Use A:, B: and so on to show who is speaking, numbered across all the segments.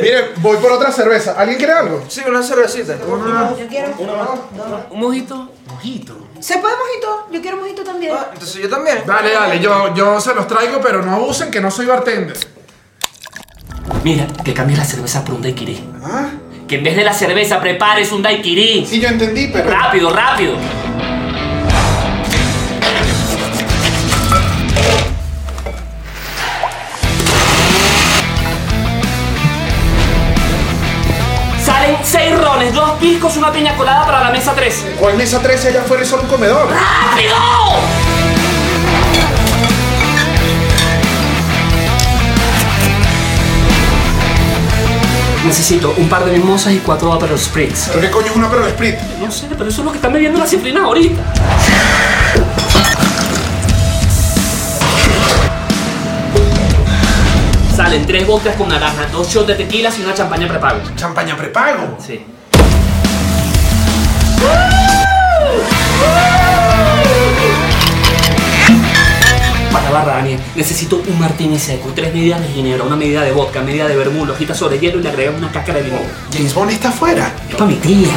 A: Miren, voy por otra cerveza. ¿Alguien quiere algo?
B: Sí, una cervecita.
A: Una.
C: Yo quiero. Dos.
D: Un mojito.
A: Mojito.
C: ¿Se puede mojito? Yo quiero mojito también.
B: Ah, entonces yo también.
A: Dale, dale, yo, yo se los traigo, pero no abusen que no soy bartender.
D: Mira, que cambies la cerveza por un daiquiri.
A: ¿Ah?
D: Que en vez de la cerveza prepares un daiquiri.
A: Sí, yo entendí, pero.
D: Rápido, rápido. Salen seis rones, dos piscos, una piña colada para la mesa 3.
A: ¿Cuál mesa 13 allá afuera es solo un comedor?
D: ¡Rápido! Necesito un par de mimosas y cuatro Aperol Spritz.
A: ¿Pero qué coño es una Aperol Sprit?
D: No sé, pero eso es lo que están bebiendo las cifrinas ahorita. Salen tres vodkas con naranja, dos shots de tequila y una champaña prepago.
A: Champaña prepago.
D: Sí. Para barra, Daniel, necesito un martini seco, tres medidas de ginebra, una medida de vodka, media de vermú, hojitas sobre hielo y le agregamos una cáscara de limón.
A: James Bond está afuera.
D: Es para mi tía.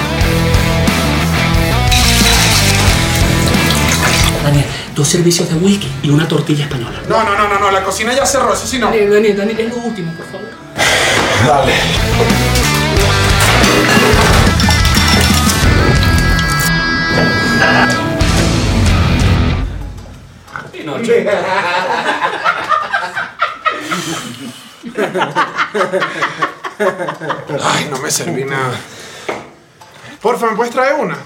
D: Daniel, dos servicios de whisky y una tortilla española.
A: No, no, no, no, no, la cocina ya cerró, eso sí no.
D: Daniel, Daniel, Daniel, es lo último, por favor.
A: Dale. Ay, no me serví nada. Porfa, ¿me puedes traer una?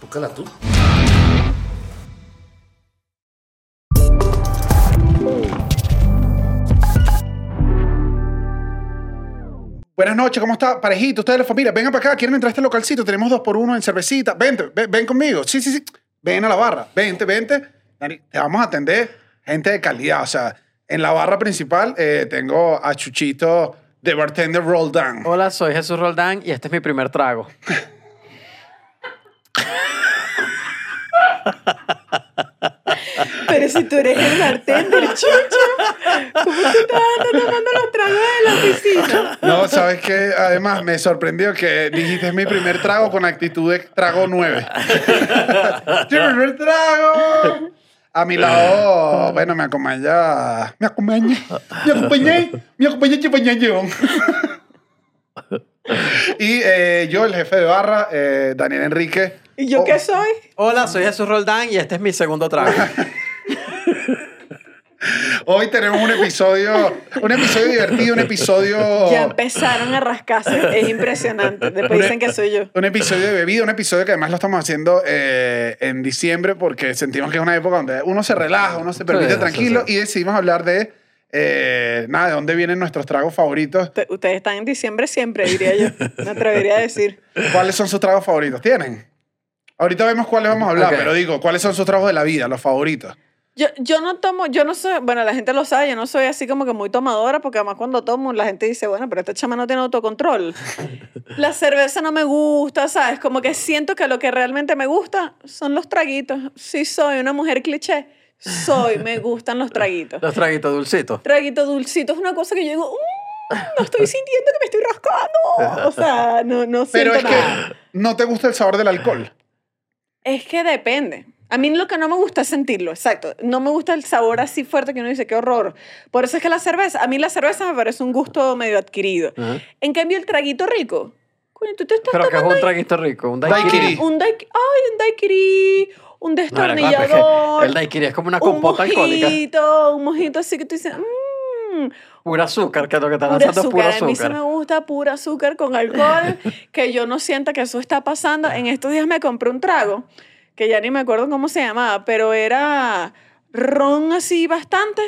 D: Búscala tú.
A: Buenas noches, ¿cómo está? Parejito, ustedes de la familia, vengan para acá, quieren entrar a este localcito, tenemos dos por uno en cervecita. Vente, ve- ven, conmigo. Sí, sí, sí. Ven a la barra. Vente, vente. Dani, Te vamos a atender gente de calidad. O sea, en la barra principal eh, tengo a Chuchito de Bartender Roldan.
E: Hola, soy Jesús Roldán y este es mi primer trago.
C: Pero si tú eres el bartender, chucho, ¿cómo tú estás andando tomando los tragos de la oficina?
A: No, sabes que además me sorprendió que dijiste es mi primer trago con actitud de trago 9. primer trago! A mi lado, bueno, me acompaña. Me acompaña. Me acompañé. Me acompañé, chipañé, yo. Y eh, yo, el jefe de barra, eh, Daniel Enrique.
C: ¿Y yo
A: Oh,
C: qué soy?
E: Hola, soy Jesús Roldán y este es mi segundo trago.
A: Hoy tenemos un episodio, un episodio divertido, un episodio.
C: Ya empezaron a rascarse, es impresionante. Después dicen que soy yo.
A: Un episodio de bebida, un episodio que además lo estamos haciendo eh, en diciembre porque sentimos que es una época donde uno se relaja, uno se permite
E: Sí, sí,
A: tranquilo
E: sí.
A: y decidimos hablar de eh, nada, de dónde vienen nuestros tragos favoritos.
C: Usted- Ustedes están en diciembre siempre, diría yo. Me atrevería a decir.
A: ¿Cuáles son sus tragos favoritos? ¿Tienen? Ahorita vemos cuáles vamos a hablar,
E: Ok.
A: pero digo, ¿cuáles son sus tragos de la vida, los favoritos?
C: Yo, yo no tomo, yo no soy, bueno, la gente lo sabe, yo no soy así como que muy tomadora, porque además cuando tomo la gente dice, bueno, pero esta chama no tiene autocontrol. La cerveza no me gusta, ¿sabes? Como que siento que lo que realmente me gusta son los traguitos. Sí soy una mujer cliché, soy, me gustan los traguitos.
E: Los traguitos dulcitos.
C: Traguito dulcito es una cosa que yo digo, "Mm, no estoy sintiendo que me estoy rascando. O sea, no, no siento
A: Pero es que
C: nada.
A: no te gusta el sabor del alcohol.
C: Es que depende. A mí lo que no me gusta es sentirlo, exacto. No me gusta el sabor así fuerte que uno dice, qué horror. Por eso es que la cerveza, a mí la cerveza me parece un gusto medio adquirido.
E: Ajá.
C: En cambio, el traguito rico. Coño, tú te estás
E: Pero que es
C: tomando
E: un
C: ahí-
E: traguito rico, un
A: Daiquiri.
E: daiquiri.
A: traguito.
C: un daiquiri. Ay, un daiquiri. Un
E: No, era claro,
C: destornillador.
E: pero es que el daiquiri es como una compota
C: un
E: alcohólica.
C: mojito, un mojito así que tú dices, mmm,
E: Pura azúcar, que lo que están
C: pura
E: lanzando es
C: azúcar.
E: pura
C: A mí sí me
E: azúcar.
C: gusta pura azúcar con alcohol, que yo no sienta que eso está pasando. En estos días me compré un trago, que ya ni me acuerdo cómo se llamaba, pero era ron así bastante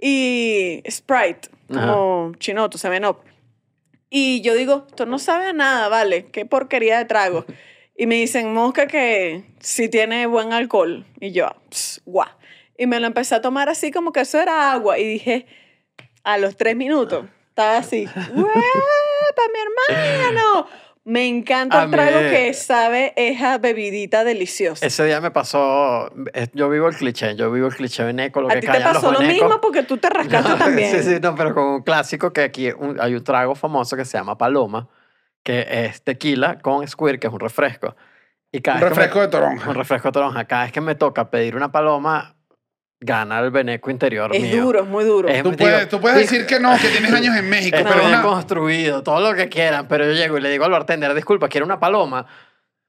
C: y Sprite,
E: Ajá.
C: como chinoto, seven up. Y yo digo, esto no sabe a nada, vale, qué porquería de trago. Y me dicen, mosca, que sí tiene buen alcohol. Y yo, "Ps, guau. Y me lo empecé a tomar así como que eso era agua. Y dije, a los tres minutos, estaba así, ¡Uepa, mi hermano! Me encanta
E: A
C: el
E: mí-
C: trago que sabe esa bebidita deliciosa.
E: Ese día me pasó, es- yo vivo el cliché, yo vivo el cliché veneco, lo
C: A
E: que
C: ti te
E: callan los
C: pasó lo
E: venecos.
C: mismo porque tú te rascaste
E: No,
C: también.
E: Sí, sí, no, pero con un clásico que aquí un- hay un trago famoso que se llama Paloma, que es tequila con squirt, que es un refresco. Y cada
A: Un
E: vez Ah, que me-
A: refresco de toronja.
E: un refresco de toronja. Cada vez que me toca pedir una paloma, gana el veneco interior
C: es
E: mío.
C: duro, es muy duro.
E: Es-
A: Tú
E: digo,
A: puedes, tú puedes
E: y-
A: decir que no, que tienes años en México,
E: Está
A: pero
E: bien
A: una,
E: construido, todo lo que quieran, pero yo llego y le digo al bartender, disculpa, quiero una paloma.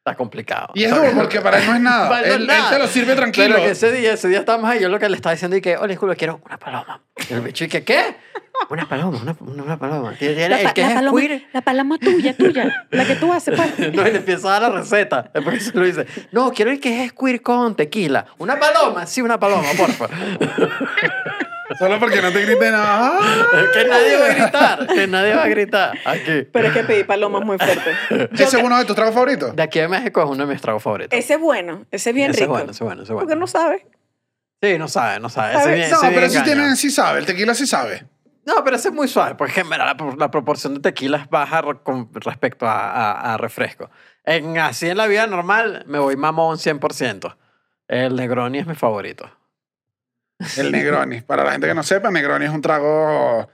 E: Está complicado.
A: Y es duro porque para él no es nada.
E: Para él no es
A: él,
E: nada.
A: él te lo sirve tranquilo.
E: Pero que ese día, ese día estábamos ahí, yo lo que le estaba diciendo y que, oye, disculpa, quiero una paloma. Y el bicho, ¿y que qué? Una paloma, una, una, una paloma. Y
C: la,
E: tiene-
C: pa-
E: ¿Qué
C: la
E: es
C: paloma,
E: squirt?
C: la paloma tuya, tuya, la que tú haces. pues.
E: No, y le empieza a dar la receta. Después se lo dice, no, quiero el que es squirt con tequila. ¿Una paloma? Sí, una paloma, porfa.
A: Solo porque no te griten nada.
E: que nadie va a gritar, que nadie va a gritar. Aquí.
C: Pero es que pedí paloma muy fuerte. Yo
A: ¿Ese es uno de tus tragos favoritos?
E: De aquí a México es uno de mis tragos favoritos.
C: Ese es bueno, ese es bien
E: Ese es
C: rico.
E: bueno, ese es bueno, ese es bueno.
C: Porque no sabe.
E: Sí, no sabe, no sabe.
C: Sabe-
E: Ese bien,
A: No,
E: ese
A: pero
E: bien
A: sí,
E: engaña.
A: tiene, sí sabe. El tequila sí sabe.
E: No, pero ese es muy suave. Porque en verdad la, pro- la proporción de tequila es baja re- con respecto a, a- a refresco. En, así en la vida normal me voy mamón 100%. El Negroni es mi favorito.
A: El Negroni. Para la gente que no sepa, Negroni es un trago...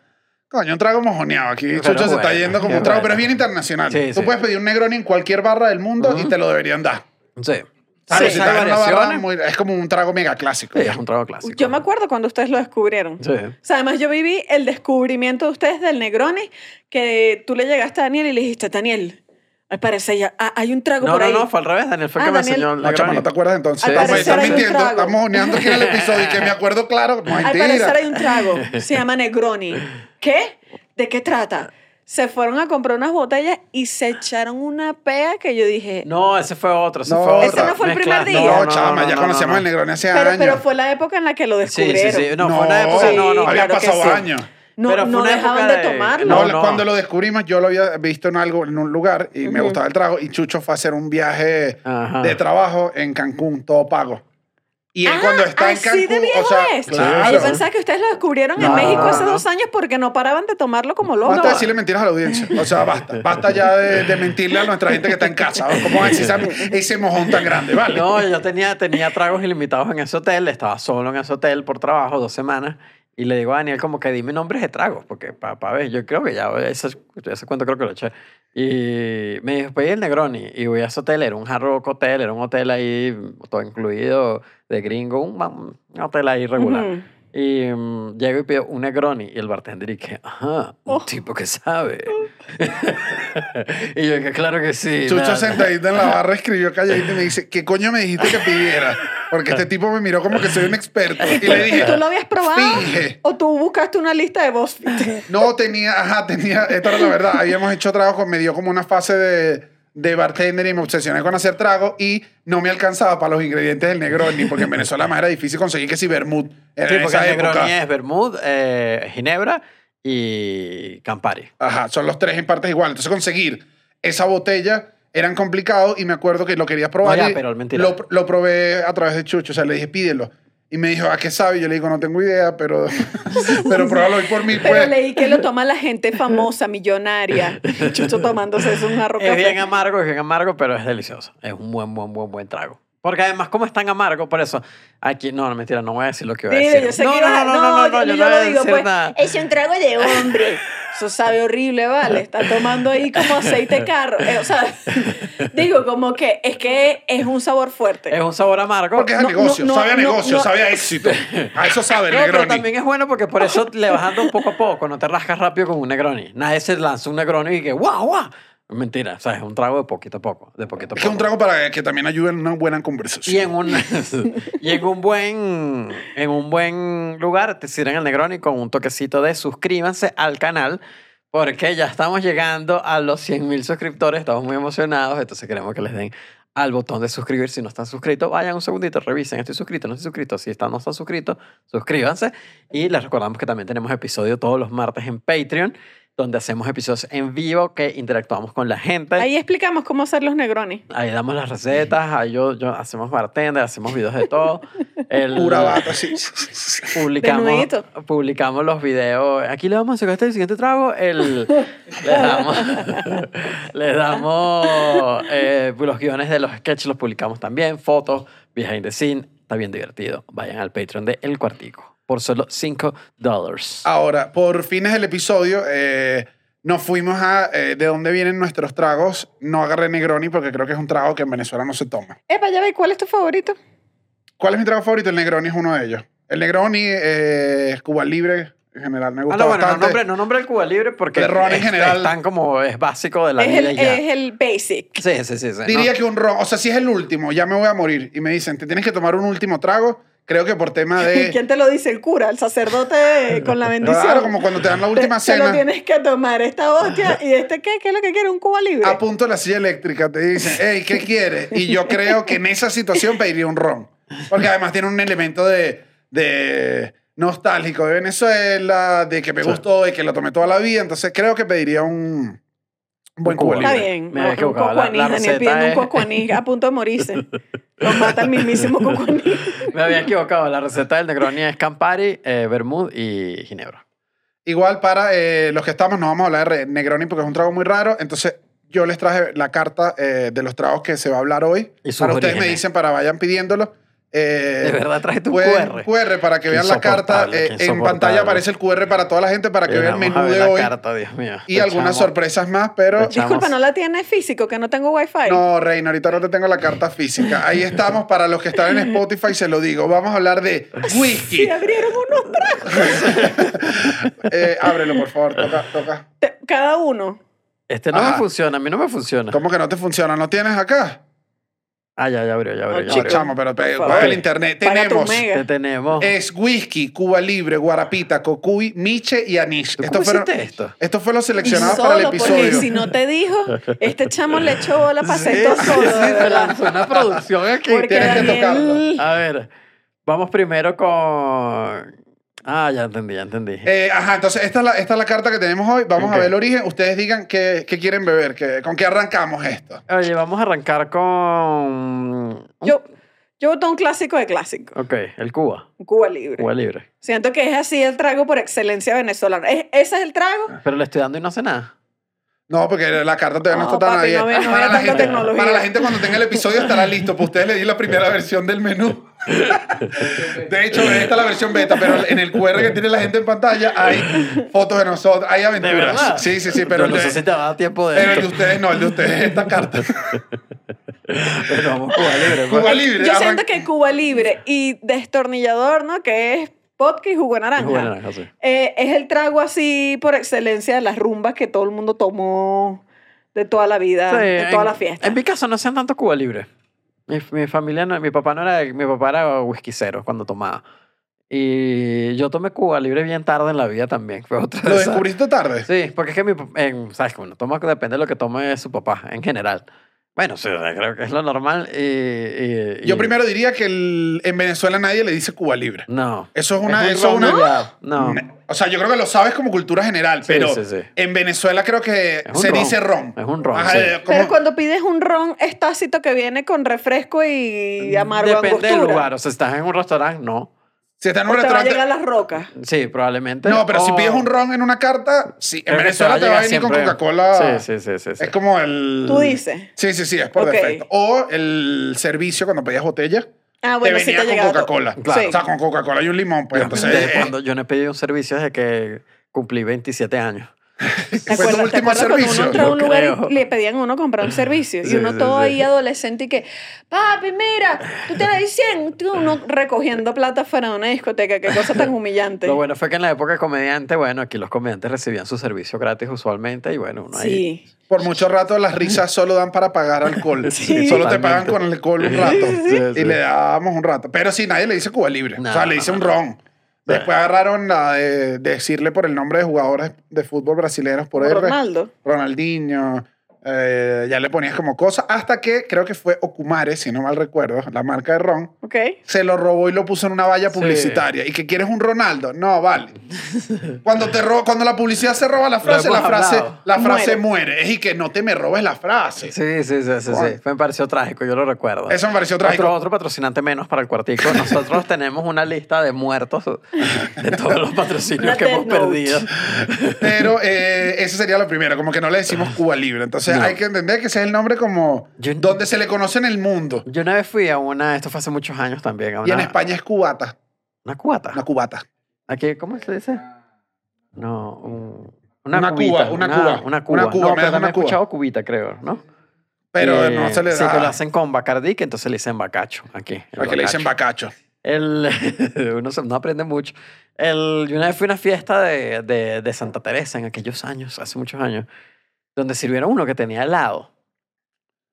A: Coño, un trago mojoneado. Aquí
E: Pero
A: Chucho se
E: bueno,
A: está yendo como
E: qué
A: un trago, pero
E: bueno.
A: es bien internacional.
E: Sí,
A: Tú
E: sí.
A: puedes pedir un Negroni en cualquier barra del mundo y
E: Ujú.
A: te lo deberían dar.
E: Sí.
A: Claro,
E: Sí,
A: si
E: hay
A: estás en una barra
E: variaciones.
A: muy- es como un trago mega clásico.
E: Sí, es un trago clásico.
C: Yo me acuerdo cuando ustedes lo descubrieron.
E: Sí.
C: O sea, además yo viví el descubrimiento de ustedes del Negroni, que tú le llegaste a Daniel y le dijiste, Daniel, al parecer ya ah, hay un trago
E: No,
C: por
E: no,
C: ahí.
E: no, fue al revés. Daniel fue el
C: Ah,
E: que me
C: Daniel.
E: enseñó el
A: No, chama,
E: Negroni.
A: no te acuerdas entonces.
C: Al
A: No, me
C: parecer
A: estás
C: hay un
A: mintiendo.
C: trago.
A: Estamos honeando aquí en el episodio y que me acuerdo claro. No,
C: Al parecer hay
A: mentira.
C: un trago, se llama Negroni. ¿Qué? ¿De qué trata? Se fueron a comprar unas botellas y se echaron una pea que yo dije,
E: No, ese fue otro. Ese
A: No,
E: fue otro.
A: ese no
C: fue el
E: Mezcla-
C: primer día.
A: No,
C: No,
A: chama, ya
E: no,
A: conocíamos
E: no.
A: el Negroni hace
C: pero,
A: años.
C: pero fue la época en la que lo
E: Sí,
C: descubrieron.
E: sí, sí. No, fue una época. No, no.
A: había
C: claro que
A: pasado
C: sí.
A: años.
C: No,
E: Pero fue
C: no
E: una época
C: dejaban de,
E: de-
C: tomarlo.
A: No,
E: No, no.
A: Cuando lo descubrimos, yo lo había visto en algo, en un lugar, y me
C: Ujú.
A: gustaba el trago. Y Chucho fue a hacer un viaje
E: Ajá.
A: de trabajo en Cancún, todo pago. Y él
C: Ah,
A: cuando está en
C: así
A: Cancún,
C: de viejo
A: o sea,
C: es.
A: claro.
C: Yo pensaba que ustedes lo descubrieron en
E: No,
C: México hace
E: no.
C: dos años porque no paraban de tomarlo como locos.
A: Basta de decirle mentiras a la audiencia. O sea, basta. Basta ya de, de mentirle a nuestra gente que está en casa. ¿Cómo van a decir esa- ese mojón tan grande? ¿Vale?
E: No, yo tenía, tenía tragos ilimitados en ese hotel, estaba solo en ese hotel por trabajo dos semanas y le digo a Daniel como que dime nombres de tragos, porque para ver, yo creo que ya, ese, ese cuento creo que lo eché. Y me dijo, pedí el Negroni y voy a ese hotel, era un Hard Rock Hotel, era un hotel ahí, todo incluido de gringo, un, un hotel ahí regular.
C: Ujú.
E: Y mm, llego y pido un Negroni. Y el bartender dice, ajá, un tipo que sabe. y yo, que claro que sí.
A: Chucho
E: nada.
A: sentadito en la barra escribió calladito y me dice, ¿qué coño me dijiste que pidiera? Porque este tipo me miró como que soy un experto. Y le
C: ¿Y
A: dije,
C: tú lo habías probado?
A: Finge.
C: ¿O tú buscaste una lista de voz?
A: No, tenía, ajá, tenía, esta era la verdad. Habíamos hecho trago, con- me dio como una fase de, de bartender y me obsesioné con hacer trago y no me alcanzaba para los ingredientes del Negroni, porque en Venezuela más era difícil conseguir que si vermut. Era
E: Sí,
A: en
E: porque
A: esa
E: el Negroni
A: época.
E: es Bermud, eh, Ginebra y Campari.
A: Ajá, son los tres en partes igual. Entonces conseguir esa botella eran complicado y me acuerdo que lo quería probar.
E: No, ya,
A: y
E: pero mentira.
A: Lo, lo probé a través de Chucho, o sea, le dije, pídelo. Y me dijo, ¿a qué sabe? Y yo le digo, no tengo idea, pero, pero pruébalo hoy por mí.
C: Pero
A: Pues.
C: leí que lo toma la gente famosa, millonaria. Chucho tomándose eso una roca.
E: Es bien amargo, es bien amargo, pero es delicioso. Es un buen, buen, buen, buen trago. Porque además, como es tan amargo, por eso, aquí, no, no, mentira, no voy a decir lo que voy a
C: Dile,
E: decir.
C: yo sé
E: no,
C: que
E: no,
C: ibas a-
E: no, no, no, no, yo no voy
C: lo
E: a
C: digo,
E: decir
C: pues,
E: nada.
C: Es un trago de hombre. Eso sabe horrible, ¿vale? Está tomando ahí como aceite de carro. Eh, o sea, digo, como que es que es un sabor fuerte.
E: Es un sabor amargo.
A: Porque es a
C: No,
A: negocio,
C: no, no,
A: sabe a
C: no,
A: negocio,
C: no.
A: sabe a éxito. A eso sabe el
E: No, pero
A: Negroni.
E: también es bueno porque por eso le vas dando un poco a poco, no te rascas rápido con un Negroni. Nadie se lanza un Negroni y que guau, guau. Mentira, o sea, es un trago de poquito a poco, de poquito a
A: Es
E: poco.
A: que es un trago para que también ayude en una buena
E: y
A: conversación.
E: en un y en un buen en un buen lugar te sirven el Negroni con un toquecito de suscríbanse al canal porque ya estamos llegando a los 100.000 suscriptores, estamos muy emocionados, entonces queremos que les den al botón de suscribir si no están suscritos, vayan un segundito, revisen, estoy suscrito, no estoy suscrito, si están, no están suscritos, suscríbanse y les recordamos que también tenemos episodio todos los martes en Patreon donde hacemos episodios en vivo que interactuamos con la gente.
C: Ahí explicamos cómo hacer los negronis.
E: Ahí damos las recetas, ahí yo, yo- hacemos bartender, hacemos videos de todo. El,
A: Pura bata, sí.
E: publicamos,
C: Desnudito.
E: publicamos los videos. Aquí le vamos a sacar este el siguiente trago. El, le damos, le damos eh, los guiones de los sketches, los publicamos también, fotos, behind the scene. Está bien divertido. Vayan al Patreon de El Cuartico por solo 5 dólares.
A: Ahora, por fines del episodio, eh, nos fuimos a eh, de dónde vienen nuestros tragos. No agarré Negroni porque creo que es un trago que en Venezuela no se toma.
C: Epa, ya ve, ¿cuál es tu favorito?
A: ¿Cuál es mi trago favorito? El Negroni es uno de ellos. El Negroni eh, es Cuba Libre en general. Me
E: Ah,
A: gusta
E: no, bueno, no
A: bastante.
E: nombre, no nombre el Cuba Libre porque
A: De ron en
E: es-
A: general.
E: es tan como es básico de la
C: Es el,
E: vida y ya.
C: es el basic.
E: Sí, sí, sí. sí,
A: Diría
E: no.
A: que un ron, o sea, si es el último, ya me voy a morir. Y me dicen, te tienes que tomar un último trago. Creo que por tema de.
C: ¿Quién te lo dice? El cura, el sacerdote eh, con la bendición.
A: Claro, como cuando te dan la última
C: te, Te lo
A: cena.
C: tienes que tomar esta hostia y este qué, qué es lo que quiere, un cuba libre.
A: a punto de la silla eléctrica, te dicen, hey, ¿qué quieres? Y yo creo que en esa situación pediría un ron. Porque además tiene un elemento de, de nostálgico de Venezuela, de que me
E: Sí.
A: gustó, de que lo tomé toda la vida. Entonces creo que pediría un, un buen cubo
E: Cuba
C: Está
A: libre.
E: libre.
C: bien.
E: Me había
C: un
E: equivocado. La- la
C: cocoaní, Daniel
E: receta
C: pidiendo
E: es-
C: un cocoaní a punto de morirse. Lo mata el mismísimo cocoaní.
E: Me había equivocado. La receta del Negroni es Campari, eh, Bermud y Ginebra.
A: Igual para eh, los que estamos, no vamos a hablar de Negroni porque es un trago muy raro. Entonces yo les traje la carta eh, de los tragos que se va a hablar hoy.
E: Y sus
A: Para ustedes me
E: orígenes.
A: dicen, para vayan pidiéndolo. Eh,
E: De verdad, traje tu
A: pueden-
E: QR.
A: para que
E: Qué
A: vean la carta.
E: insoportable,
A: eh,
E: qué
A: en
E: insoportable.
A: pantalla aparece el QR para toda la gente para que vean el
E: Eh, Vamos a
A: menú
E: ver
A: de
E: la
A: hoy
E: carta, Dios mío.
A: y
E: Este
A: algunas
E: chamo-
A: sorpresas más, pero...
E: Este Chamos.
C: Disculpa, no la tiene físico, que no tengo wifi.
A: No, Reina, ahorita no te tengo la carta física. Ahí estamos, para los que están en Spotify se lo digo. Vamos a hablar de
C: Y
A: whisky.
C: abrieron unos tragos.
A: Eh, ábrelo, por favor, toca, toca.
C: Te- Cada uno.
E: Este no
A: Ajá.
E: me funciona, a mí no me funciona.
A: ¿Cómo que no te funciona? ¿No tienes acá?
E: Ah, ya, ya abrió, ya abrió.
C: No,
E: ya
C: chico.
E: abrió.
A: Chamo, pero pe-
C: Por
A: para
E: favor.
A: el internet
C: Paga tu
A: tenemos...
C: mega.
E: Te tenemos.
A: Es whisky, Cuba Libre, Guarapita, Cocuy, Miche y Anish.
E: ¿Tú
A: Estos
E: ¿Cómo
A: fueron,
E: hiciste esto?
A: estos fueron los
C: Y
A: seleccionados
C: solo,
A: para el
C: porque
A: episodio.
C: si no te dijo, este chamo le echó bola para hacer
E: Sí,
C: esto
E: sí,
C: solo.
E: sí,
C: de
E: se
C: verdad.
E: lanzó una producción aquí.
C: Porque
A: tienes que
C: Daniel...
E: A ver, vamos primero con... Ah, ya entendí, ya entendí.
A: Eh, ajá, entonces esta es, la, esta es la carta que tenemos hoy. Vamos
E: Ok.
A: a ver el origen. Ustedes digan qué, qué quieren beber, qué- con qué arrancamos esto.
E: Oye, vamos a arrancar con...
C: Yo, yo voto un clásico de clásico.
E: Ok, el Cuba.
C: un Cuba libre.
E: Cuba libre.
C: Siento que es así el trago por excelencia venezolano. Es- ese es el trago.
E: Pero le estoy dando y no hace nada.
A: No, porque la carta todavía no
C: No,
A: está tan
C: papi,
A: abierta.
C: no ve- no ve
A: para, la
C: tanta
A: gente,
C: tecnología.
A: para la gente cuando tenga el episodio estará listo. Pues ustedes le di la primera versión del menú. De hecho, esta es la versión beta, pero en el QR que tiene la gente en pantalla hay fotos de nosotros, hay
E: ¿De verdad?
A: aventuras. Sí, sí, sí, pero,
E: no,
A: el,
E: sé si
A: de,
E: te va a dar tiempo de
A: pero el de
E: esto.
A: ustedes no, el de ustedes es esta carta.
E: Pero vamos Cuba libre. pues.
A: Cuba Libre.
C: Yo
A: arran-
C: siento que Cuba libre y destornillador, ¿no? Que es vodka y jugo de naranja.
E: Jugo de naranja, sí.
C: Eh, es el trago así por excelencia de las rumbas que todo el mundo tomó de toda la vida,
E: Sí,
C: de
E: en-
C: toda la fiesta.
E: En mi casa no hacían tanto Cuba Libre. Mi, mi familia, no- mi papá no era, mi papá era whiskycero cuando tomaba. Y yo tomé Cuba Libre bien tarde en la vida también. Fue otra
A: Lo
E: de esas-
A: descubriste tarde.
E: Sí, porque es que mi pap- en- sabes que uno toma, depende de lo que tome su papá en general. Bueno, sí, creo que es lo normal. y- y- y-
A: Yo primero diría que el- en Venezuela nadie le dice Cuba Libre.
E: No.
A: Eso es una.
E: muy
A: eso es una-
E: ron, No.
A: Ne- O sea, yo creo que lo sabes como cultura general,
E: Sí,
A: pero
E: sí, sí.
A: en Venezuela creo que
E: Es un
A: se
E: ron.
A: dice ron.
E: Es un ron, sí.
A: eh, como-
C: Pero cuando pides un ron, es tácito que viene con refresco y amargo
E: Depende del
C: angostura.
E: lugar. O sea, si estás en un restaurante, no.
A: si estás en
C: O
A: un
C: te va a
A: restaurante.
C: llegar las rocas.
E: Sí, probablemente.
A: No, pero si
E: o-
A: pides un ron en una carta, sí. En
E: Creo Oh. que
A: Venezuela te va a
E: llegar
A: venir con
E: siempre.
A: Coca-Cola.
E: Sí, sí, sí, sí. sí.
A: Es como el.
C: Tú dices.
A: Sí, sí, sí, es por
C: Ok.
A: defecto. O el servicio cuando pedías botella.
C: Ah, bueno,
A: te
C: sí
A: venía
C: te
A: con
C: llegaba todo.
A: Coca-Cola.
C: Claro. Sí.
A: O sea, con Coca-Cola y un limón. Pues
E: Yo
A: entonces.
E: aprendí
A: eh,
E: cuando yo no he pedido un servicio desde que cumplí 27 años.
C: ¿Te
A: Fue tu
C: acuerdas, te
A: último
C: acuerdas cuando
A: servicio?
C: uno entraba a un
E: No
C: lugar
E: creo.
C: y le pedían a uno comprar un servicio?
E: Sí,
C: y uno
E: sí,
C: todo
E: sí.
C: ahí adolescente y que, papi, mira, tú te la dicen, tú, uno recogiendo plata fuera de una discoteca, qué cosa tan humillante.
E: Lo bueno fue que en la época de comediante, bueno, aquí los comediantes recibían su servicio gratis usualmente y bueno, uno ahí.
C: sí.
A: Por mucho rato las risas solo dan para pagar alcohol.
E: Sí.
A: solo te
E: Totalmente.
A: pagan con alcohol un rato.
E: Sí, sí.
A: Y le dábamos un rato. Pero si nadie le dice Cuba Libre.
E: No,
A: o sea, le
E: no,
A: dice
E: no,
A: un
E: no.
A: ron. Después agarraron la de, de decirle por el nombre de jugadores de fútbol brasileños por R.
C: Ronaldo.
A: Ronaldinho. eh, ya le ponías como cosa, hasta que creo que fue Okumare, si no mal recuerdo, la marca de ron,
C: ¿Ok?
A: se lo robó y lo puso en una valla
E: Sí.
A: publicitaria. ¿Y que quieres un Ronaldo? No, vale. Cuando, te ro- cuando la publicidad se roba la frase,
E: hemos
A: la frase,
E: hablado.
A: la frase muere. Es y que no te me robes la frase.
E: Sí, sí, sí, sí, sí. Fue, me pareció trágico, yo lo recuerdo.
A: Eso me pareció
E: Otro,
A: trágico.
E: otro patrocinante menos para el cuartico. Nosotros tenemos una lista de muertos de todos los patrocinios
C: Una
E: que hemos
C: death note.
E: perdido.
A: Pero eh, esa sería la primera, como que no le decimos Cuba Libre. Entonces
E: No.
A: hay que entender que ese es el nombre como
E: Yo-
A: donde se le conoce en el mundo.
E: Yo una vez fui a una, esto fue hace muchos años también, a
A: Y
E: una,
A: en España es cubata,
E: una cubata.
A: una cubata.
E: Aquí, ¿cómo se dice? No, un-
A: Una
E: cubita,
A: cuba, una cuba.
E: Una cuba,
A: Una cuba,
E: no,
A: me das
E: pero
A: una
E: también he
A: cuba.
E: escuchado cubita, creo, ¿no?
A: Pero
E: Eh,
A: no se le
E: Sí,
A: da.
E: que lo hacen con Bacardí, que entonces le dicen bacacho aquí. el
A: Aquí le dicen
E: bacacho.
A: bacacho.
E: El, uno se- no aprende mucho. El, yo una vez fui a una fiesta de, de, de Santa Teresa en aquellos años, hace muchos años, donde sirvieron uno que tenía helado.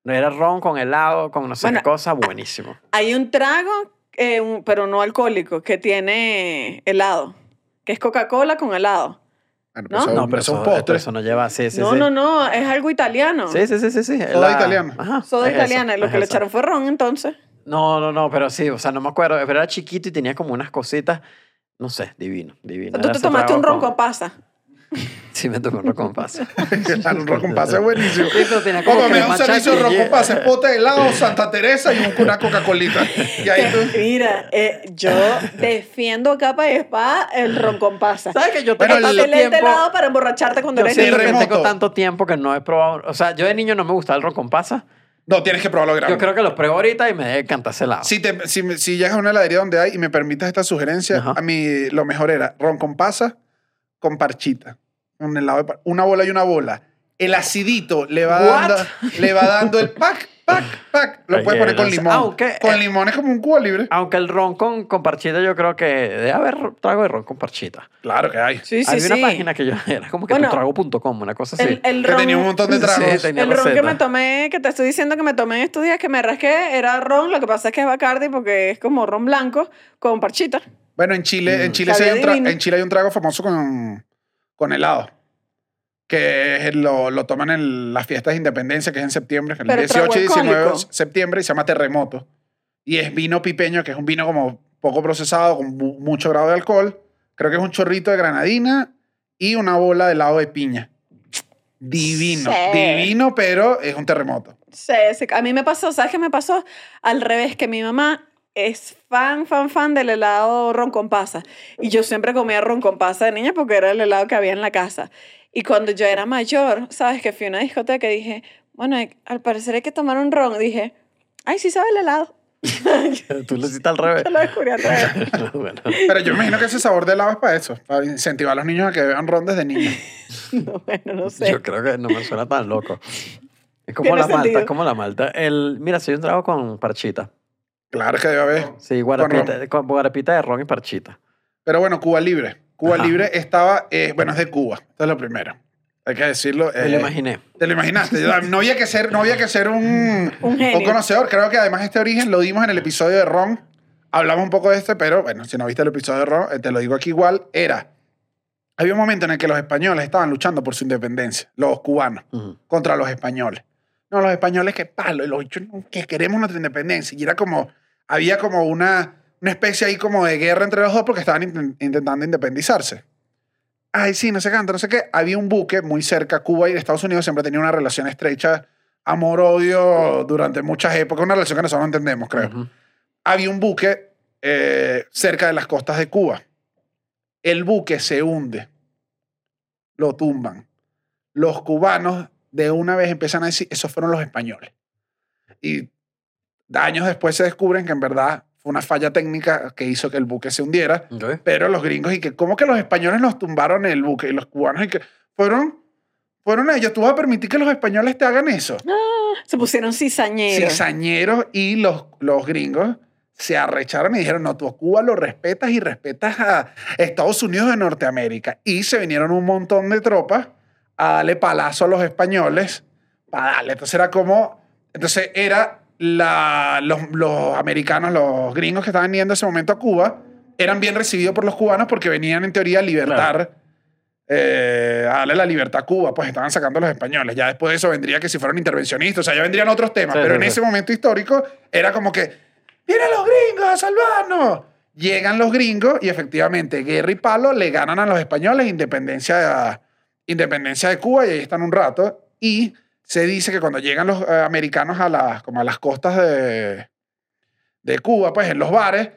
E: No era ron con helado, con no sé
C: Bueno, ah,
E: qué cosa, buenísimo.
C: Hay un trago, eh, un- pero no alcohólico, que tiene helado, que es Coca-Cola con helado.
A: Bueno,
C: ¿No?
A: son-
E: No, pero
A: son
E: eso, pero
A: postres.
E: eso no lleva, sí, sí,
C: no,
E: sí.
C: no, no, es algo italiano.
E: Sí, sí, sí, sí, sí.
A: Soda italiana.
E: Ajá,
C: Soda
E: es eso,
C: italiana, y lo
E: es
C: que le
E: eso.
C: echaron fue ron entonces.
E: No, no, no, pero sí, o sea, no me acuerdo, pero era chiquito y tenía como unas cositas, no sé, divino,
C: O
E: divino.
C: sea, tú
E: Era
C: te
E: ese
C: tomaste
E: trago
C: un ron
E: con-
C: con pasa.
E: Sí, me tomé un ron con pase.
A: Claro, un rocompás es buenísimo.
E: Sí, pero tenía como
A: Como
E: que
A: me da
E: el
A: un
E: matcha
A: servicio de
E: que lleva.
A: rocompás, es pote de helado, Santa Teresa y un- una Coca-Colita. Y ahí tú.
C: Que, Mira, eh, yo defiendo a capa y espada el ron con pasa.
E: ¿Sabes que yo
A: Bueno,
E: tengo
A: el-
E: tanto
C: Excelente
E: tiempo?
C: helado este para emborracharte cuando
E: Yo
C: eres
E: siento
A: el
E: que
C: niño.
A: remoto.
E: tengo tanto tiempo que no he probado, o sea, yo de niño no me gustaba el ron con pasa.
A: No, tienes que probarlo grande.
E: Yo creo que lo pruebo ahorita y me encanta ese helado.
A: Si, te, si, me- si llegas a una heladería donde hay y me permitas esta sugerencia,
E: Ajá.
A: a mí lo mejor era ron con pasa, con parchita. Un helado de par- una bola y una bola. El acidito le va,
E: What?
A: dando, le va dando el pack, pack, pack. Lo
E: Hay
A: puedes
E: que
A: poner con
E: lanzar-
A: limón.
E: Aunque-
A: con limón es como un cubo libre.
E: Aunque el ron con, con parchita yo creo que debe haber trago de ron con parchita.
A: Claro que hay.
C: Sí, sí,
E: Había
C: sí.
E: una página que yo era como que
C: Bueno,
E: tutrago.com, una cosa así.
C: El, el
A: Que
C: ron,
A: tenía un montón de
E: Sí,
A: tragos.
E: tenía
C: el ron que
E: receta.
C: me tomé, que te estoy diciendo que me tomé en estos días que me rasqué, era ron. Lo que pasa es que es Bacardi porque es como ron blanco con parchita.
A: Bueno, en Chile, en,
E: Mm.
A: Chile sí hay
C: Sabía
A: un tra-
C: divino.
A: en Chile hay un trago famoso con, con helado. Que es- lo, lo toman en las fiestas de independencia, que es en septiembre, el
C: Pero
A: 18 y
C: trago
A: 19 de
C: alcohólico.
A: septiembre, y se llama Terremoto. Y es vino pipeño, que es un vino como poco procesado, con mu- mucho grado de alcohol. Creo que es un chorrito de granadina y una bola de helado de piña. Divino,
C: Sí.
A: divino, pero es un terremoto.
C: Sí, sí. A mí me pasó, ¿sabes qué me pasó? Al revés, que mi mamá es fan, fan, fan del helado ron con pasa. Y yo siempre comía ron con pasa de niña porque era el helado que había en la casa. Y cuando yo era mayor, ¿sabes? Que fui a una discoteca y dije, bueno, hay- al parecer hay que tomar un ron. Y dije, ay, sí sabe el helado.
E: Tú lo hiciste al revés.
C: Yo lo descubrí al revés.
E: Bueno.
A: Pero yo imagino que ese sabor de helado es para eso, para incentivar a los niños a que beban ron desde niños.
C: No, bueno, no sé.
E: Yo creo que no me suena tan loco. Es como
C: Tiene
E: la malta,
C: sentido.
E: es como la malta. El, mira, si hay un trago con parchita.
A: Claro que debe haber.
E: Sí,
A: Con
E: guarapita, con guarapita de ron y parchita.
A: Pero bueno, Cuba Libre. Cuba
E: Ajá.
A: Libre estaba, eh, bueno, es de Cuba. Esto es lo primero. Hay que decirlo.
E: Me
A: eh,
E: lo imaginé.
A: Te lo imaginaste. Yo- No había que ser, no había que ser un,
C: Un genio.
A: conocedor. Creo que además este origen lo dimos en el episodio de Ron. Hablamos un poco de este, pero bueno, si no viste el episodio de Ron, eh, te lo digo aquí igual. Era, había un momento en el que los españoles estaban luchando por su independencia, los cubanos
E: Ujú.
A: contra los españoles. No, los españoles que palo, y los bichos, no, que queremos nuestra independencia. Y era como, había como una, una especie ahí como de guerra entre los dos porque estaban inten- intentando independizarse. Ay, sí, no sé qué, no sé qué. Había un buque muy cerca, Cuba y Estados Unidos siempre tenía una relación estrecha, amor-odio durante muchas épocas, una relación que nosotros no entendemos, creo
E: Ujú.
A: había un buque eh, cerca de las costas de Cuba. El buque se hunde, lo tumban. Los cubanos de una vez empiezan a decir, esos fueron los españoles. Y años después se descubren que en verdad fue una falla técnica que hizo que el buque se hundiera,
E: Ok.
A: pero los gringos y que, ¿cómo que los españoles nos tumbaron el buque? Y los cubanos y que fueron, fueron ellos, tú vas a permitir que los españoles te hagan eso
C: Se pusieron cizañeros.
A: cizañeros y los, los gringos se arrecharon y dijeron, no, tú a Cuba lo respetas y respetas a Estados Unidos de Norteamérica. Y se vinieron un montón de tropas a darle palazo a los españoles para darle. Entonces era como, entonces era la, los, los americanos, los gringos que estaban yendo en ese momento a Cuba, eran bien recibidos por los cubanos porque venían en teoría a libertar eh, a darle la libertad a Cuba, pues estaban sacando los españoles. Ya después de eso vendría que si fueron intervencionistas, o sea, ya vendrían otros temas.
E: Sí,
A: pero
E: sí,
A: en
E: sí.
A: ese momento histórico era como que, ¡vienen los gringos a salvarnos! Llegan los gringos y efectivamente guerra y palo le ganan a los españoles independencia, independencia de Cuba y ahí están un rato. Y se dice que cuando llegan los eh, americanos a las, como a las costas de, de Cuba, pues en los bares,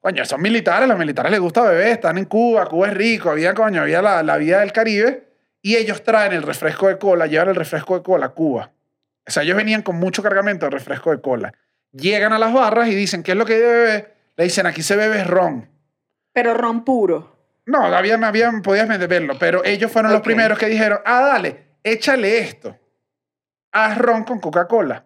A: coño, son militares, los militares les gusta beber, están en Cuba, Cuba es rico, había, coño, había la, la vida del Caribe, y ellos traen el refresco de cola, llevan el refresco de cola a Cuba. O sea, ellos venían con mucho cargamento de refresco de cola. Llegan a las barras y dicen, ¿qué es lo que debe beber? Le dicen, aquí se bebe es ron.
C: Pero ron puro.
A: No, habían, habían, podías venderlo, pero ellos fueron los
C: Ok.
A: primeros que dijeron, ah, dale, échale esto. Haz ron con Coca-Cola.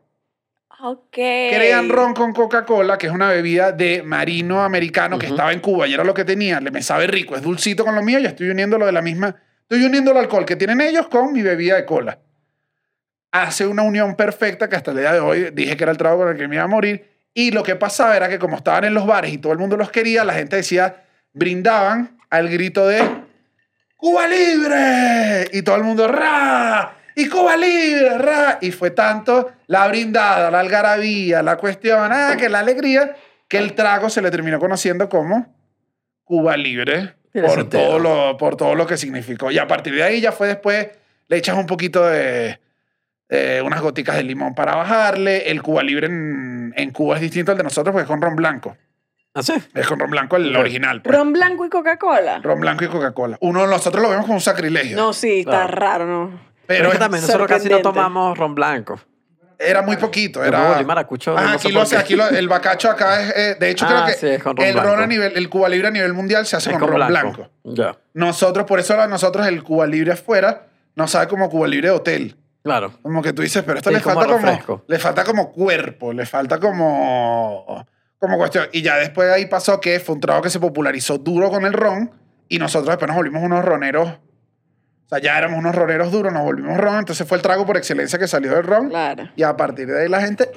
C: Ok.
A: Crean ron con Coca-Cola, que es una bebida de marino americano que
E: Ujú.
A: estaba en Cuba y era lo que tenía. Le me sabe rico, es dulcito con lo mío. Yo estoy uniendo lo de la misma. Estoy uniendo el alcohol que tienen ellos con mi bebida de cola. Hace una unión perfecta que hasta el día de hoy dije que era el trago con el que me iba a morir. Y lo que pasaba era que, como estaban en los bares y todo el mundo los quería, la gente decía, brindaban al grito de Cuba libre. Y todo el mundo, ra. Y Cuba libre, ra. Y fue tanto la brindada, la algarabía, la cuestión, ah, que la alegría, que el trago se le terminó conociendo como Cuba libre.
E: Tiene
A: Por
E: sentido.
A: todo, lo, por todo lo que significó. Y a partir de ahí ya fue después, le echas un poquito de, eh, unas goticas de limón para bajarle. El Cuba libre en, en Cuba es distinto al de nosotros porque es con ron blanco.
E: ¿Ah, sí?
A: Es con ron blanco el
E: Ok.
A: original. pues.
C: Ron blanco y Coca-Cola.
A: Ron blanco y Coca-Cola. Uno nosotros lo vemos como un sacrilegio.
C: No, sí, está
E: Claro.
C: raro, ¿no?
E: Pero
A: pero
E: es que
A: es-
E: también nosotros casi no
C: sorprendente.
E: tomamos ron blanco.
A: era muy poquito.
E: Yo
A: Era...
E: me volví maracucho,
A: Ajá,
E: no sé
A: aquí, lo,
E: por qué.
A: aquí lo- el bacacho acá es... eh, de hecho,
E: Ah,
A: creo que
E: sí, es con ron
A: el ron
E: blanco.
A: a nivel... El Cuba Libre a nivel mundial se hace
E: Es
A: con,
E: con
A: ron
E: blanco.
A: blanco.
E: Ya,
A: Nosotros, por eso a nosotros el Cuba Libre afuera no sabe como Cuba Libre de hotel.
E: claro.
A: Como que tú dices, pero esto
E: Sí,
A: le
E: como
A: falta como
E: refresco.
A: le falta como cuerpo, le falta como como cuestión. Y ya después de ahí pasó que fue un trago que se popularizó duro con el ron y nosotros después nos volvimos unos roneros. O sea, ya éramos unos roneros duros, nos volvimos ron, entonces fue el trago por excelencia que salió del ron
C: Claro.
A: y a partir de ahí la gente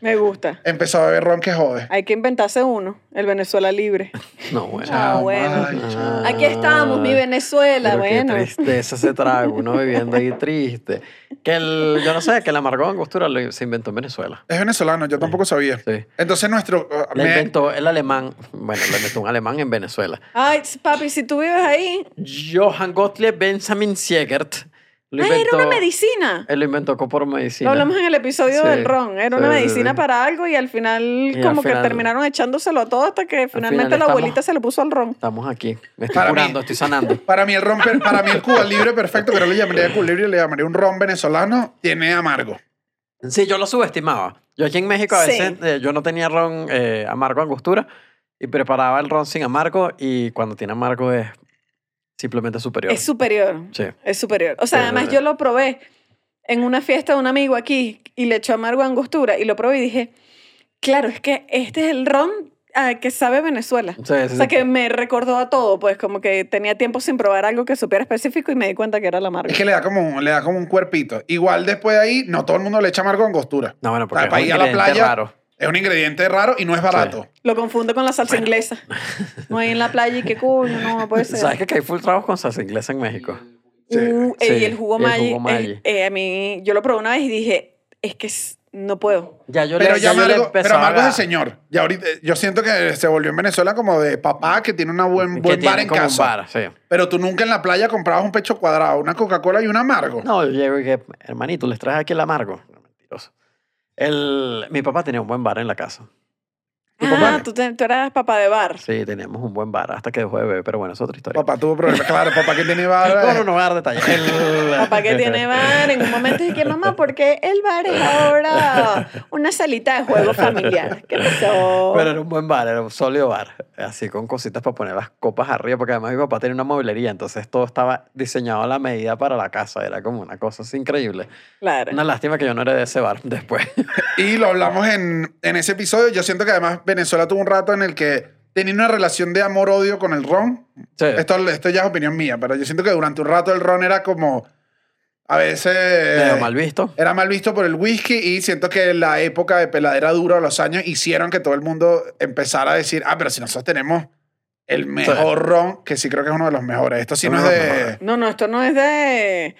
C: Me gusta.
A: empezó a beber ron que jode.
C: Hay que inventarse uno, el Venezuela libre.
E: No, bueno.
C: Ah, bueno.
A: ay, chao.
E: Ah,
C: Aquí estamos, mi Venezuela,
E: pero
C: bueno.
E: Qué tristeza ese trago, uno bebiendo ahí triste. Que el, yo no sé, que el amargón angostura lo, se inventó en Venezuela.
A: Es venezolano, yo tampoco sabía.
E: Sí.
A: Entonces nuestro uh,
E: La
A: me-
E: inventó el alemán, bueno, la inventó un alemán en Venezuela.
C: Ay, papi, si tú vives ahí.
E: Johann Gottlieb Benjamin Siegert lo
A: Ah,
C: Ay, era
E: inventó.
C: una medicina.
E: Él lo inventó por medicina.
C: Lo hablamos en el episodio
E: Sí,
C: del ron. Era una
E: sí, sí,
C: medicina
E: sí.
C: para algo y al final,
E: al
C: como que
E: final-
C: terminaron echándoselo a todo hasta que finalmente
E: final
C: la
E: estamos-
C: abuelita se lo puso al ron.
E: Estamos aquí. Me estoy
A: Para mí.
E: curando, estoy sanando.
A: Para mí el ron, per- para mí el Cuba Libre perfecto, que no le llamaría Cuba Libre, le llamaría un ron venezolano, tiene amargo.
E: Sí, yo lo subestimaba. Yo aquí en México a
C: Sí.
E: veces eh, yo no tenía ron eh, amargo angostura y preparaba el ron sin amargo y cuando tiene amargo es simplemente superior.
C: Es superior.
E: Sí.
C: Es superior. O sea,
E: Sí,
C: además
E: sí.
C: yo lo probé en una fiesta de un amigo aquí y le echó amargo a angostura y lo probé y dije, claro, es que este es el ron ah, que sabe Venezuela.
E: Sí, sí,
C: O sea,
E: sí.
C: que me recordó a todo, pues como que tenía tiempo sin probar algo que supiera específico y me di cuenta que era la marca.
A: Es que le da como un, le da como un cuerpito. Igual después de ahí, no todo el mundo le echa amargo a angostura.
E: No, bueno, porque
A: Para
E: es
A: ir
E: un
A: a la
E: ingrediente
A: playa
E: raro.
A: es un ingrediente raro y no es barato.
C: Lo confundo con la salsa inglesa. No hay en la playa y qué coño, no puede ser.
E: ¿Sabes que hay full trabajo con salsa inglesa en México?
A: Sí.
C: Uh,
E: Sí,
C: ey, y el jugo
E: y el
C: Maggi,
E: jugo Maggi.
C: eh, eh, a mí, yo lo probé una vez y dije, es que es- no puedo.
E: Ya yo
A: Pero
E: le,
A: ya
E: yo le
A: amargo, pero
E: empezaba
A: amargo es
E: a-
A: el señor. Y ahorita, yo siento que se volvió en Venezuela como de papá que tiene una buen,
E: que
A: buen bar
E: tiene
A: en
E: como un
A: casa.
E: bar, sí.
A: Pero tú nunca en la playa comprabas un pecho cuadrado, una Coca-Cola y un amargo.
E: No, yo llego y que, hermanito, les traes aquí el amargo. Mentiroso. El, mi papá tenía un buen bar en la casa.
A: Tu papá.
C: Ah, tú, te- tú eras papá de bar.
E: Sí, teníamos un buen bar hasta que dejó de beber, pero bueno, es otra historia.
A: Papá tuvo problemas. Claro, papá que tiene
E: No,
A: bar.
E: no, no voy a dar detalles. El-
C: Papá que tiene bar, en un momento dije, mamá, ¿por qué el bar es ahora una salita de juego familiar? ¿Qué pasó?
E: Pero era un buen bar, era un sólido bar. Así con cositas para poner las copas arriba, porque además mi papá tenía una mueblería, entonces todo estaba diseñado a la medida para la casa. Era como una cosa así increíble.
C: claro.
E: Una lástima que yo no era de ese bar después.
A: Y lo hablamos en, en ese episodio. Yo siento que además Venezuela tuvo un rato en el que tenía una relación de amor-odio con el ron.
E: Sí.
A: Esto, esto ya es opinión mía, pero yo siento que durante un rato el ron era como. A veces.
E: Pero mal visto.
A: Era mal visto por el whisky y siento que la época de peladera dura, los años, hicieron que todo el mundo empezara a decir, ah, pero si nosotros tenemos el mejor ron, que sí creo que es uno de los mejores. Esto sí
E: Uno
A: no es
E: de los mejores.
A: de...
C: No, no, esto no es de.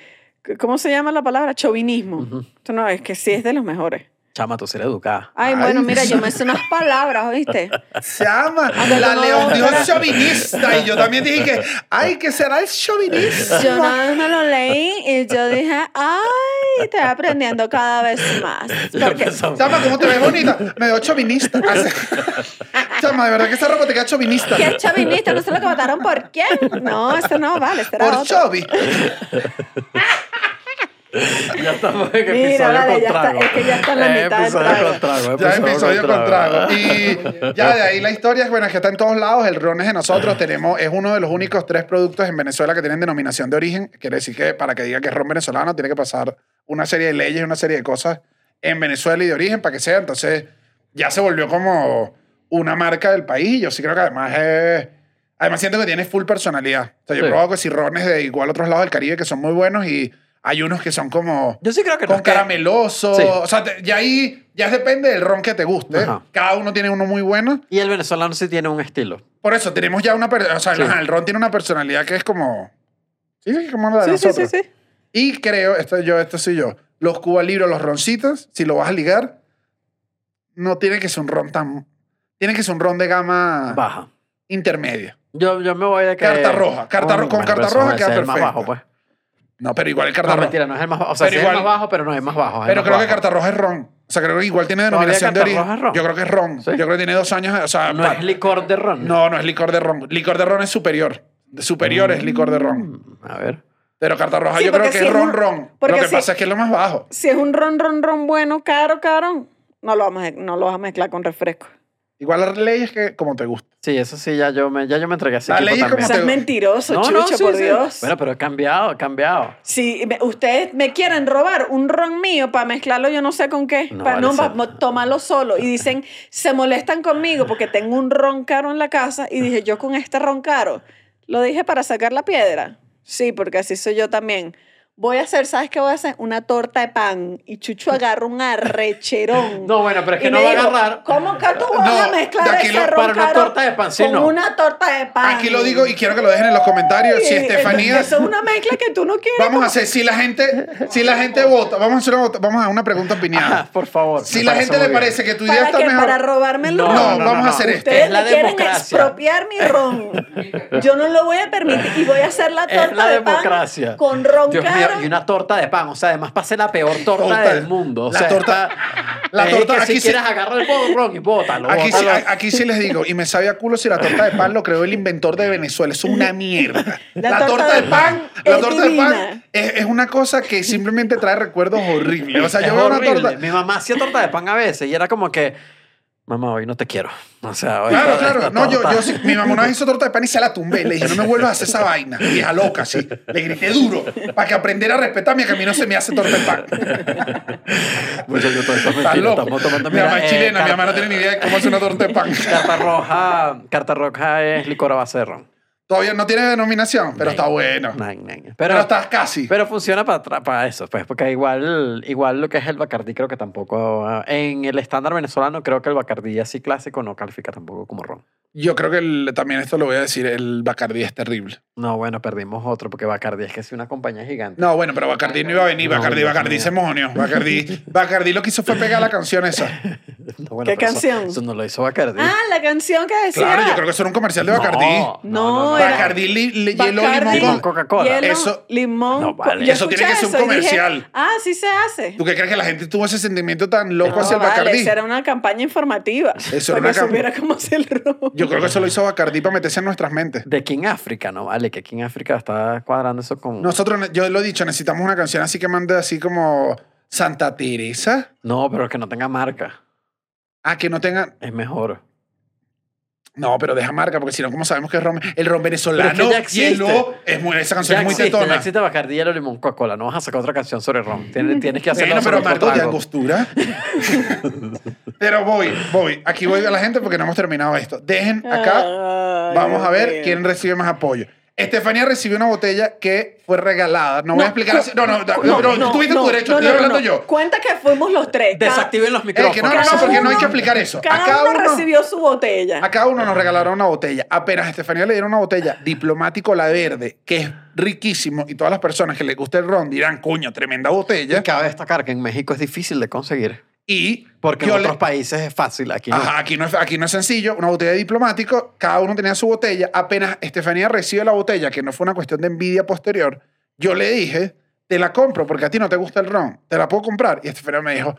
C: ¿Cómo se llama la palabra? Chauvinismo.
E: Ujú.
C: Esto no, es que sí es de los mejores.
E: Chama, tú eres educada.
C: Ay,
A: Ay,
C: bueno, mira, yo me sé unas palabras, ¿oíste?
A: Se llama La
C: no,
A: León
C: no,
A: dijo
C: espera.
A: chauvinista. Y yo también dije que, ay, que será el chauvinista.
C: Yo nada más me lo leí y yo dije, ay, estoy aprendiendo cada vez más.
E: Ya
C: Porque
E: empezamos.
A: Chama, ¿cómo te ves bonita? Me veo chauvinista. Chama, de verdad que esa ropa te queda chauvinista.
C: ¿Qué chauvinista? ¿No se lo que votaron por quién? No, esto no vale, este era
A: Por
C: otro.
A: chauvi.
E: Ya estamos en
C: Mira,
E: episodio
C: vale,
E: con
C: ya está-
E: trago.
C: es que ya está en la
E: Eh,
C: mitad del
E: Episodio
C: trago.
E: con trago.
A: Ya episodio con trago. Y ya de ahí la historia es, bueno, es que está en todos lados. El ron es de nosotros. Tenemos, es uno de los únicos tres productos en Venezuela que tienen denominación de origen. Quiere decir que para que diga que es ron venezolano, tiene que pasar una serie de leyes, una serie de cosas en Venezuela y de origen para que sea. Entonces, ya se volvió como una marca del país. Y yo sí creo que además es. Además, siento que tiene full personalidad. O sea, yo
E: Sí.
A: he probado que si rones de igual otros lados del Caribe que son muy buenos y hay unos que son como
E: Yo sí creo que no
A: con
E: es que-
A: carameloso.
E: Sí.
A: O sea, te- ya ahí ya depende del ron que te guste.
E: Ajá.
A: Cada uno tiene uno muy bueno.
E: Y el venezolano sí tiene un estilo.
A: Por eso tenemos ya una. per- O sea,
E: Sí.
A: ajá, el ron tiene una personalidad que es como. Sí, sí, como la de
C: Sí, sí,
A: nosotros.
C: sí, sí.
A: Y creo, esto yo, esto soy yo. Los Cuba Libros, los roncitos, si lo vas a ligar, no tiene que ser un ron tan. Tiene que ser un ron de gama
E: Baja.
A: intermedia.
E: Yo, yo me voy de que...
A: Carta roja, carta ro- con
E: bueno,
A: carta
E: pero
A: roja
E: ese
A: queda
E: es el más
A: perfecto.
E: bajo, pues.
A: No, pero igual el carta
E: No,
A: roja.
E: mentira, no es el más bajo. O sea,
A: Pero
E: sí es el
A: igual-
E: más bajo, pero no es el más bajo. es el
A: Pero
E: más
A: creo que
E: bajo.
A: Carta Roja es ron. O sea, creo que igual tiene
E: Todavía
A: denominación de
E: Carta
A: origen.
E: Roja es ron.
A: Yo creo que es ron.
E: Sí.
A: Yo creo que tiene dos años. O sea,
E: No
A: pa-
E: es licor de ron.
A: No, no es licor de ron. Licor de ron es superior. De Superior es licor de ron.
E: Mm, A ver.
A: Pero Carta Roja
C: Sí,
A: yo creo
C: porque
A: que
C: si
A: es
C: es
A: ron,
C: un-
A: ron. Lo
C: porque
A: que
C: si-
A: pasa es que es lo más bajo.
C: Si es un ron, ron, ron bueno, caro, caro, no lo vamos a, no lo vas a mezclar con refresco.
A: Igual las leyes que como te gusta.
E: Sí, eso sí, ya yo me, ya yo me entregué a ese
A: La
E: equipo
A: ley es como
E: también.
A: te-
C: Estás mentiroso, Chucho,
E: sí,
C: por
E: sí.
C: Dios.
E: Bueno, pero he cambiado, he cambiado.
C: Si me- ustedes me quieren robar un ron mío para mezclarlo yo no sé con qué,
E: No,
C: para
E: vale,
C: no
E: eso-
C: pa mo- tomarlo solo y dicen, se molestan conmigo porque tengo un ron caro en la casa y dije, yo con este ron caro, lo dije para sacar la piedra. Sí, porque así soy yo también. Voy a hacer, ¿sabes qué voy a hacer? Una torta de pan y Chucho agarra un arrecherón.
E: No, bueno, pero es que
C: Y
E: no
C: me
E: va a
C: dijo,
E: agarrar.
C: ¿Cómo que tú vas
A: No,
C: a mezclar
A: de aquí
C: ese
A: lo-
C: ron
E: para una
C: caro
E: torta de pan, sí,
C: con
E: no.
C: una torta de pan?
A: Aquí lo digo y quiero que lo dejen en los comentarios. Si
C: Sí,
A: Estefanía.
C: Eso es una mezcla que tú no quieres.
A: Vamos a hacer, si la gente, si la gente vota, vamos a hacer una, vota- vamos a una pregunta opinada.
E: Ah, por favor.
A: Si
E: me
A: la
E: parece
A: gente le
E: muy bien.
A: parece que tu idea
C: ¿Para
A: está
C: qué?
A: mejor.
C: ¿Para robarme el
E: No,
C: ron?
A: no, vamos a hacer esto.
C: Ustedes
E: Es la
C: me quieren
E: democracia.
C: expropiar mi ron. Yo no lo voy a permitir y voy a hacer la torta
E: Es la
C: de pan
E: democracia.
C: con ron
E: Dios mío,
C: caro.
E: y una torta de pan. O sea, además pase la peor torta,
A: Torta.
E: del mundo. O
A: La
E: sea,
A: torta-
E: está-
A: la
E: es
A: torta-
E: que
A: aquí
E: si
A: sí-
E: quieres agarrar el borrón y bótalo.
A: Aquí sí,
E: bótalo.
A: a- aquí sí les digo, y me sabe a culo si la torta de pan lo creó el inventor de Venezuela. Es una mierda. La,
C: La
A: torta, de pan, la
C: es
A: torta de pan
C: divina.
A: es, es una cosa que simplemente trae recuerdos horribles. O sea,
E: Es
A: yo veo una
E: horrible.
A: torta.
E: Mi mamá hacía torta de pan a veces y era como que, mamá, hoy no te quiero. O sea, hoy
A: Claro,
E: esta-
A: claro.
E: esta
A: No, yo,
E: torta-
A: yo sí- mi mamá una vez hizo torta de pan y se la tumbé. Le dije, no me vuelvas a hacer esa vaina. Vieja loca, sí. Le grité duro para que aprendiera a respetarme a que a mí no se me hace torta de pan.
E: Muchachos, Pues todo esto es
A: Está
E: mentira,
A: loco.
E: estamos tomando-
A: Mi mamá
E: Mira,
A: es
E: eh,
A: chilena, mi
E: carta-
A: mamá no tiene ni idea de cómo hacer una torta de pan.
E: Carta roja, carta roja es licor a base de ron.
A: Todavía no tiene denominación, pero está bueno.
E: Nine, nine.
A: Pero
E: Pero,
A: estás casi.
E: pero funciona para, tra- para eso, pues, porque igual, igual lo que es el Bacardí creo que tampoco, ah, en el estándar venezolano creo que el Bacardí así clásico no califica tampoco como ron.
A: Yo creo que el- también esto lo voy a decir, el Bacardí es terrible.
E: No, bueno, perdimos otro, porque Bacardí es que es una compañía gigante.
A: No, bueno, pero Bacardí no iba a venir.
E: No,
A: Bacardí,
E: Dios
A: Bacardí
E: mío.
A: se mojoneó. Bacardí, Bacardí lo que hizo fue pegar la canción esa.
E: No, bueno,
C: ¿Qué
E: pero eso-
C: canción?
E: Eso, no lo hizo Bacardí.
C: Ah, la canción que decía.
A: Claro, yo creo que eso era un comercial de Bacardí.
E: No,
C: No, era-
A: Bacardí li- le- hielo
C: Bacardi,
A: limón.
E: Limón con- Coca-Cola.
C: hielo,
A: Eso-
C: limón.
E: No,
C: co-
E: vale.
C: Yo
A: Eso tiene que
C: escuché
A: ser un
C: eso y dije,
A: comercial.
C: ah, sí se hace.
A: ¿Tú qué crees que la gente tuvo ese sentimiento tan loco
E: No,
A: hacia el
C: vale,
A: Bacardí?
C: esa era una campaña informativa.
A: Eso era
C: para
A: una
C: que
A: campa-
C: supiera cómo se el ron.
A: Yo creo que eso lo hizo Bacardí para meterse en nuestras mentes.
E: De King África, ¿no? Vale, que King África está cuadrando eso con... No,
A: Nosotros, ne- yo lo he dicho, necesitamos una canción así que mande así como Santa Teresa.
E: pero que no tenga marca.
A: Ah, que no tengan.
E: Es mejor.
A: No, pero deja marca, porque si no, ¿cómo sabemos que es ron? El ron venezolano.
E: Pero es que ya existe.
A: hielo, es muy- esa canción
E: Ya
A: es muy
E: existe,
A: tetona.
E: ya existe Bacardí y limón Coca-Cola. No vas a sacar otra canción sobre ron. Tienes, tienes que hacerlo
A: Bueno, pero
E: sobre
A: Marco
E: otro
A: de
E: trago.
A: angostura. pero voy, voy. Aquí voy a la gente porque no hemos terminado esto. Dejen acá.
C: Ay,
A: Vamos
C: Dios
A: a ver
C: mío.
A: quién recibe más apoyo. Estefanía recibió una botella que fue regalada. No, voy a explicar
C: cu-
A: así. No, no, no,
C: cu-
A: no, tú tuviste tu derecho,
C: no,
A: estoy
C: no,
A: hablando
C: no.
A: yo.
C: Cuenta que fuimos los tres. Cada-
E: Desactiven los
A: Eh, que no, no,
E: micrófonos.
A: no,
C: Cada
A: porque no hay
C: uno-
A: que explicar eso.
C: Cada,
A: a cada
C: uno,
A: uno,
C: recibió su botella.
A: a cada uno nos regalaron una botella. Apenas a Estefanía le dieron una botella diplomático la verde, que es riquísimo y todas las personas que les gusta el ron dirán, "Coño, tremenda botella."
E: Y Cabe destacar que en México es difícil de conseguir.
A: Y
E: Porque
A: yo
E: en
A: le-
E: otros países es fácil. Aquí no.
A: Ajá, aquí no, es, aquí no es sencillo, una botella de diplomático, cada uno tenía su botella, apenas Estefanía recibe la botella, que no fue una cuestión de envidia posterior, yo le dije, te la compro porque a ti no te gusta el ron, te la puedo comprar. Y Estefanía me dijo,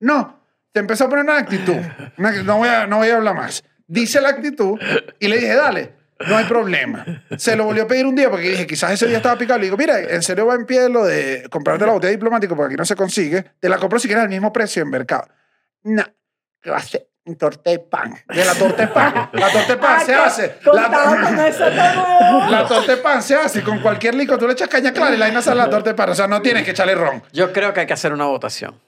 A: no, te empezó a poner una actitud, una actitud, no, voy a, no voy a hablar más. Dice la actitud y le dije, dale, no hay problema. Se lo volvió a pedir un día porque dije, quizás ese día estaba picado. Le digo, mira, en serio va en pie lo de comprarte la botella de diplomático porque aquí no se consigue, te la compro si quieres al mismo precio en mercado. No, que va a ser un torta de pan. De la torta de pan. La torta de pan
C: Ah,
A: se
C: que
A: hace. La,
C: contaba con eso, está huevón.
A: la torta de pan se hace con cualquier licor. Tú le echas caña clara y la vaina sale la torta de pan. O sea, no tienes que echarle ron.
E: Yo creo que hay que hacer una votación.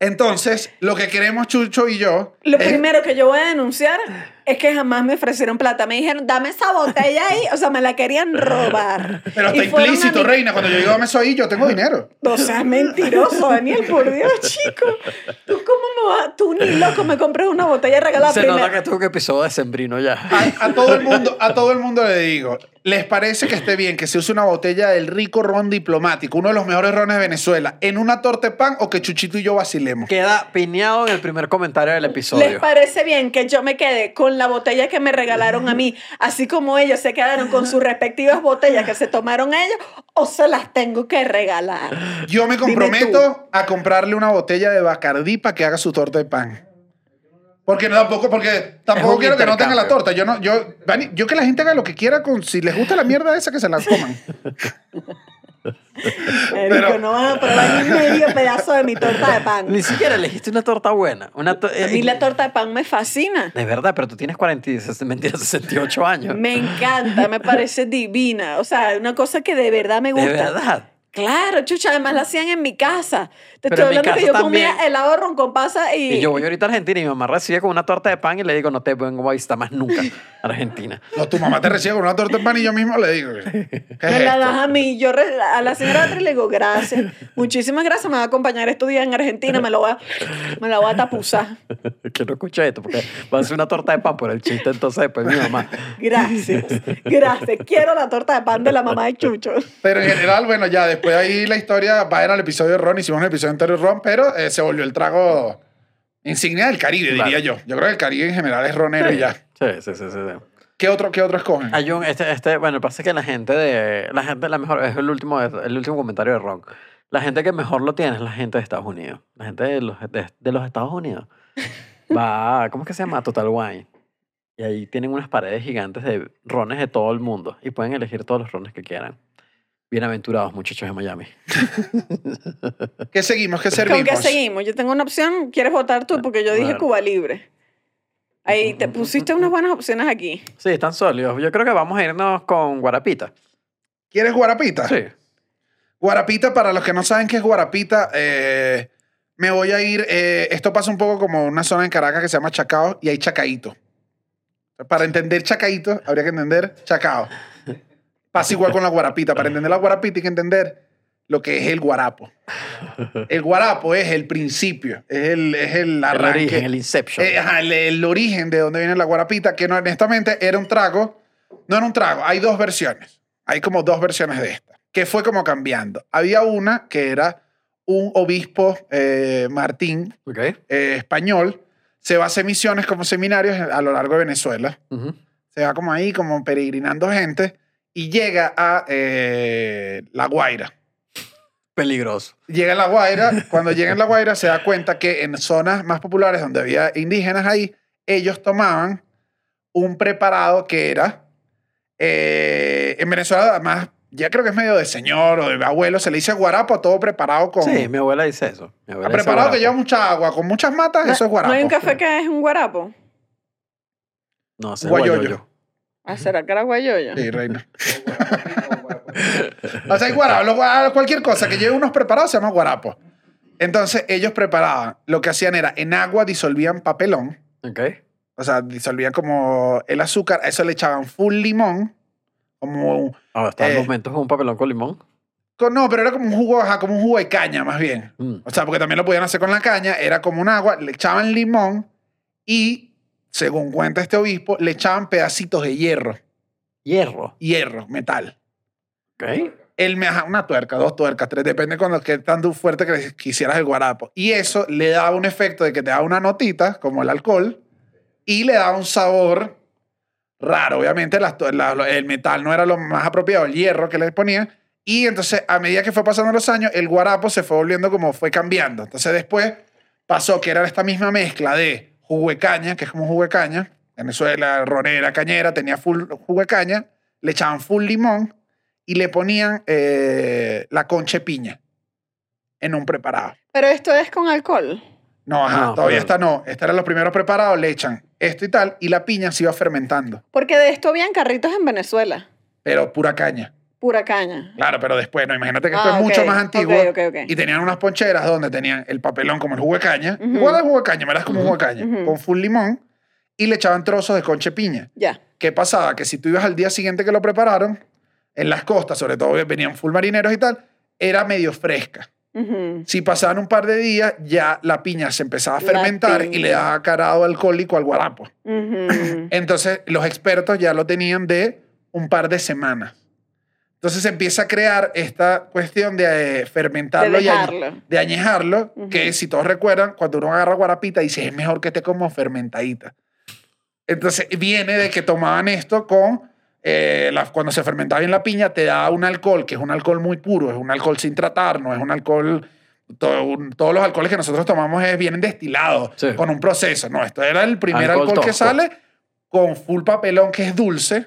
A: Entonces, lo que queremos Chucho y yo.
C: Lo
A: es-
C: primero que yo voy a denunciar es que jamás me ofrecieron plata. Me dijeron, dame esa botella ahí. O sea, me la querían robar.
A: Pero está
C: Y fueron a
A: implícito,
C: mi-
A: reina. Cuando yo digo dame eso ahí, yo tengo dinero.
C: O sea, mentiroso, Daniel, por Dios, chico. ¿Tú cómo me vas? Tú ni loco me compras una botella regalada
E: Se
C: primero.
E: nota que tuvo que episodio de sembrino ya.
A: A, a todo el mundo, a todo el mundo le digo, ¿les parece que esté bien que se use una botella del rico ron diplomático, uno de los mejores rones de Venezuela, en una torta de pan o que Chuchito y yo vacilemos?
E: Queda piñado en el primer comentario del
C: ¿Les
E: episodio.
C: parece bien que yo me quede con la botella que me regalaron a mí, así como ellos se quedaron con sus respectivas botellas que se tomaron ellos, o se las tengo que regalar?
A: Yo me
C: Dime
A: comprometo a comprarle una botella de Bacardí para que haga su torta de pan. Porque no, tampoco, porque
E: Es
A: tampoco
E: un
A: quiero que no tenga la
E: intercambio.
A: torta. Yo no, yo, Dani, yo que la gente haga lo que quiera con si les gusta la mierda esa que se la coman.
C: Marico,
A: Pero-
C: no van a probar ni medio pedazo de mi torta de pan.
E: Ni siquiera elegiste una torta buena. Una to-
C: A mí
E: eh,
C: la torta de pan me fascina.
E: De verdad, pero tú tienes 46, mentira, 68 años.
C: Me encanta, me parece divina. O sea, una cosa que de verdad me
E: de
C: gusta.
E: verdad.
C: Claro, chucha, además la hacían en mi casa. Te
E: Pero en
C: estoy
E: mi
C: hablando que
E: casa
C: yo comía
E: también.
C: helado ron con pasa y,
E: Y yo voy ahorita a Argentina y mi mamá recibe con una torta de pan y le digo, no te vengo a visitar más nunca a Argentina.
A: No, tu mamá te recibe con una torta de pan y yo mismo le digo. ¿qué es
C: me la
A: esto?
C: das a mí. Yo re- a la señora Beatriz le digo, gracias. Muchísimas gracias, me va a acompañar estos días en Argentina, me, lo va, me la voy a tapuzar.
E: que no escuché esto, porque va a ser una torta de pan por el chiste, entonces después mi mamá.
C: Gracias, gracias. Quiero la torta de pan de la mamá de Chucho.
A: Pero en general, bueno, ya después ahí la historia va a ir al episodio de Ron. Hicimos un episodio entero de Ron, pero eh, se volvió el trago insignia del Caribe, diría
E: Claro.
A: yo. Yo creo que el Caribe en general es ronero y ya.
E: Sí, sí, sí, sí. sí.
A: ¿Qué otro, qué otro escogen?
E: Hay un, este, este, bueno, pasa que la gente de, la gente, la mejor, es el último, es el último comentario de Ron. La gente que mejor lo tiene es la gente de Estados Unidos. La gente de los, de, de los Estados Unidos. Va, a- ¿cómo es que se llama? Total Wine. Y ahí tienen unas paredes gigantes de rones de todo el mundo. Y pueden elegir todos los rones que quieran. Bienaventurados, muchachos de Miami.
A: ¿Qué seguimos? ¿Qué servimos?
C: ¿Con qué seguimos? Yo tengo una opción, ¿quieres votar tú? Porque yo dije
E: Claro.
C: Cuba Libre. Ahí te pusiste unas buenas opciones aquí.
E: Sí, están sólidos. Yo creo que vamos a irnos con Guarapita.
A: ¿Quieres guarapita?
E: Sí.
A: Guarapita, para los que no saben qué es Guarapita, eh, me voy a ir. eh, esto pasa un poco como una zona en Caracas que se llama Chacao y hay Chacaíto. Para entender Chacaíto, habría que entender Chacao. Pasa igual con la Guarapita. Para entender la Guarapita hay que entender lo que es el Guarapo. El Guarapo es el principio, es el, es el
E: El
A: arranque.
E: origen, el Inception.
A: Eh, ajá, el, el origen de dónde viene la guarapita, que no, honestamente era un trago. No era un trago, hay dos versiones. Hay como dos versiones de esta, que fue como cambiando. Había una que era un obispo eh, Martín
E: ok.
A: eh, español, se va a hacer misiones como seminarios a lo largo de Venezuela.
E: Ujú.
A: Se va como ahí, como peregrinando gente, y llega a eh, La Guaira.
E: Peligroso.
A: Llega en La Guaira, cuando llega en La Guaira se da cuenta que en zonas más populares donde había indígenas ahí, ellos tomaban un preparado que era, eh, en Venezuela además, ya creo que es medio de señor o de abuelo, se le dice guarapo a todo preparado con...
E: Sí, mi abuela dice eso. Mi abuela
A: a
E: dice
A: preparado que
E: guarapo.
A: lleva mucha agua, con muchas matas, eso es
C: ¿No
A: guarapo.
C: hay un café que es un guarapo?
E: No, sé
A: Guayoyo.
E: guayoyo.
C: ¿A Ah, será que era guayoyo?
A: Sí, reina. o sea, hay guarapo, los gua- cualquier cosa que lleve unos preparados se llama guarapo. Entonces ellos preparaban, lo que hacían era, en agua disolvían papelón.
E: Ok.
A: O sea, disolvían como el azúcar, a eso le echaban full limón, como un-
E: Ahora Ah, está
A: Eh.
E: el momento, es un papelón con limón.
A: Con- no, pero era como un jugo, ajá, como un jugo de caña más bien.
E: Mm.
A: O sea, porque también lo podían hacer con la caña, era como un agua, le echaban limón y, según cuenta este obispo, le echaban pedacitos de hierro,
E: Hierro.
A: hierro, metal.
E: Ok.
A: Él me ajá, una tuerca, dos tuercas, tres, depende cuando qué tan du- fuerte que quisieras el guarapo. Y eso le daba un efecto de que te daba una notita, como el alcohol, y le daba un sabor raro. Obviamente, las tu- la- lo- el metal no era lo más apropiado, el hierro que le ponía. Y entonces, a medida que fue pasando los años, el guarapo se fue volviendo como fue cambiando. Entonces, después pasó que era esta misma mezcla de jugo de caña, que es como jugo de caña. Venezuela, ronera, cañera, tenía full jugo de caña, le echaban full limón y le ponían eh, la concha de piña en un preparado.
C: Pero esto es con alcohol.
A: No, ajá,
E: No,
A: todavía
E: pero-
A: esta no. Esta eran los primeros preparados, le echan esto y tal, y la piña se iba fermentando,
C: Porque de esto habían carritos en Venezuela.
A: pero pura caña.
C: Pura caña.
A: Claro, pero después, no, imagínate que esto
C: Ah,
A: es mucho
C: ok,
A: más antiguo.
C: ok, ok, ok.
A: Y tenían unas poncheras donde tenían el papelón como el jugo de caña.
C: Ujú.
A: Igual el jugo de caña, me das como un jugo de caña,
C: ujú.
A: con full limón, y le echaban trozos de concha de piña.
C: Ya.
A: ¿Qué pasaba? Que si tú ibas al día siguiente que lo prepararon, en las costas, sobre todo venían full marineros y tal, era medio fresca.
C: Ujú.
A: Si pasaban un par de días, ya la piña se empezaba a
C: La
A: fermentar y
C: piña.
A: le daba carado alcohólico al guarapo.
C: Ujú.
A: Entonces, los expertos ya lo tenían de un par de semanas. Entonces, se empieza a crear esta cuestión de eh, fermentarlo
C: De
A: y añ-
C: dejarlo.
A: de añejarlo,
C: Ujú.
A: que si todos recuerdan, cuando uno agarra guarapita, dice, es mejor que esté como fermentadita. Entonces, viene de que tomaban esto con... eh, la- cuando se fermentaba bien la piña, te da un alcohol, que es un alcohol muy puro, es un alcohol sin tratar, no es un alcohol todo- un- todos los alcoholes que nosotros tomamos es, vienen destilados
E: Sí.
A: con un proceso. No, esto era el primer alcohol,
E: Alcohol
A: que
E: tosco.
A: sale con full papelón que es dulce,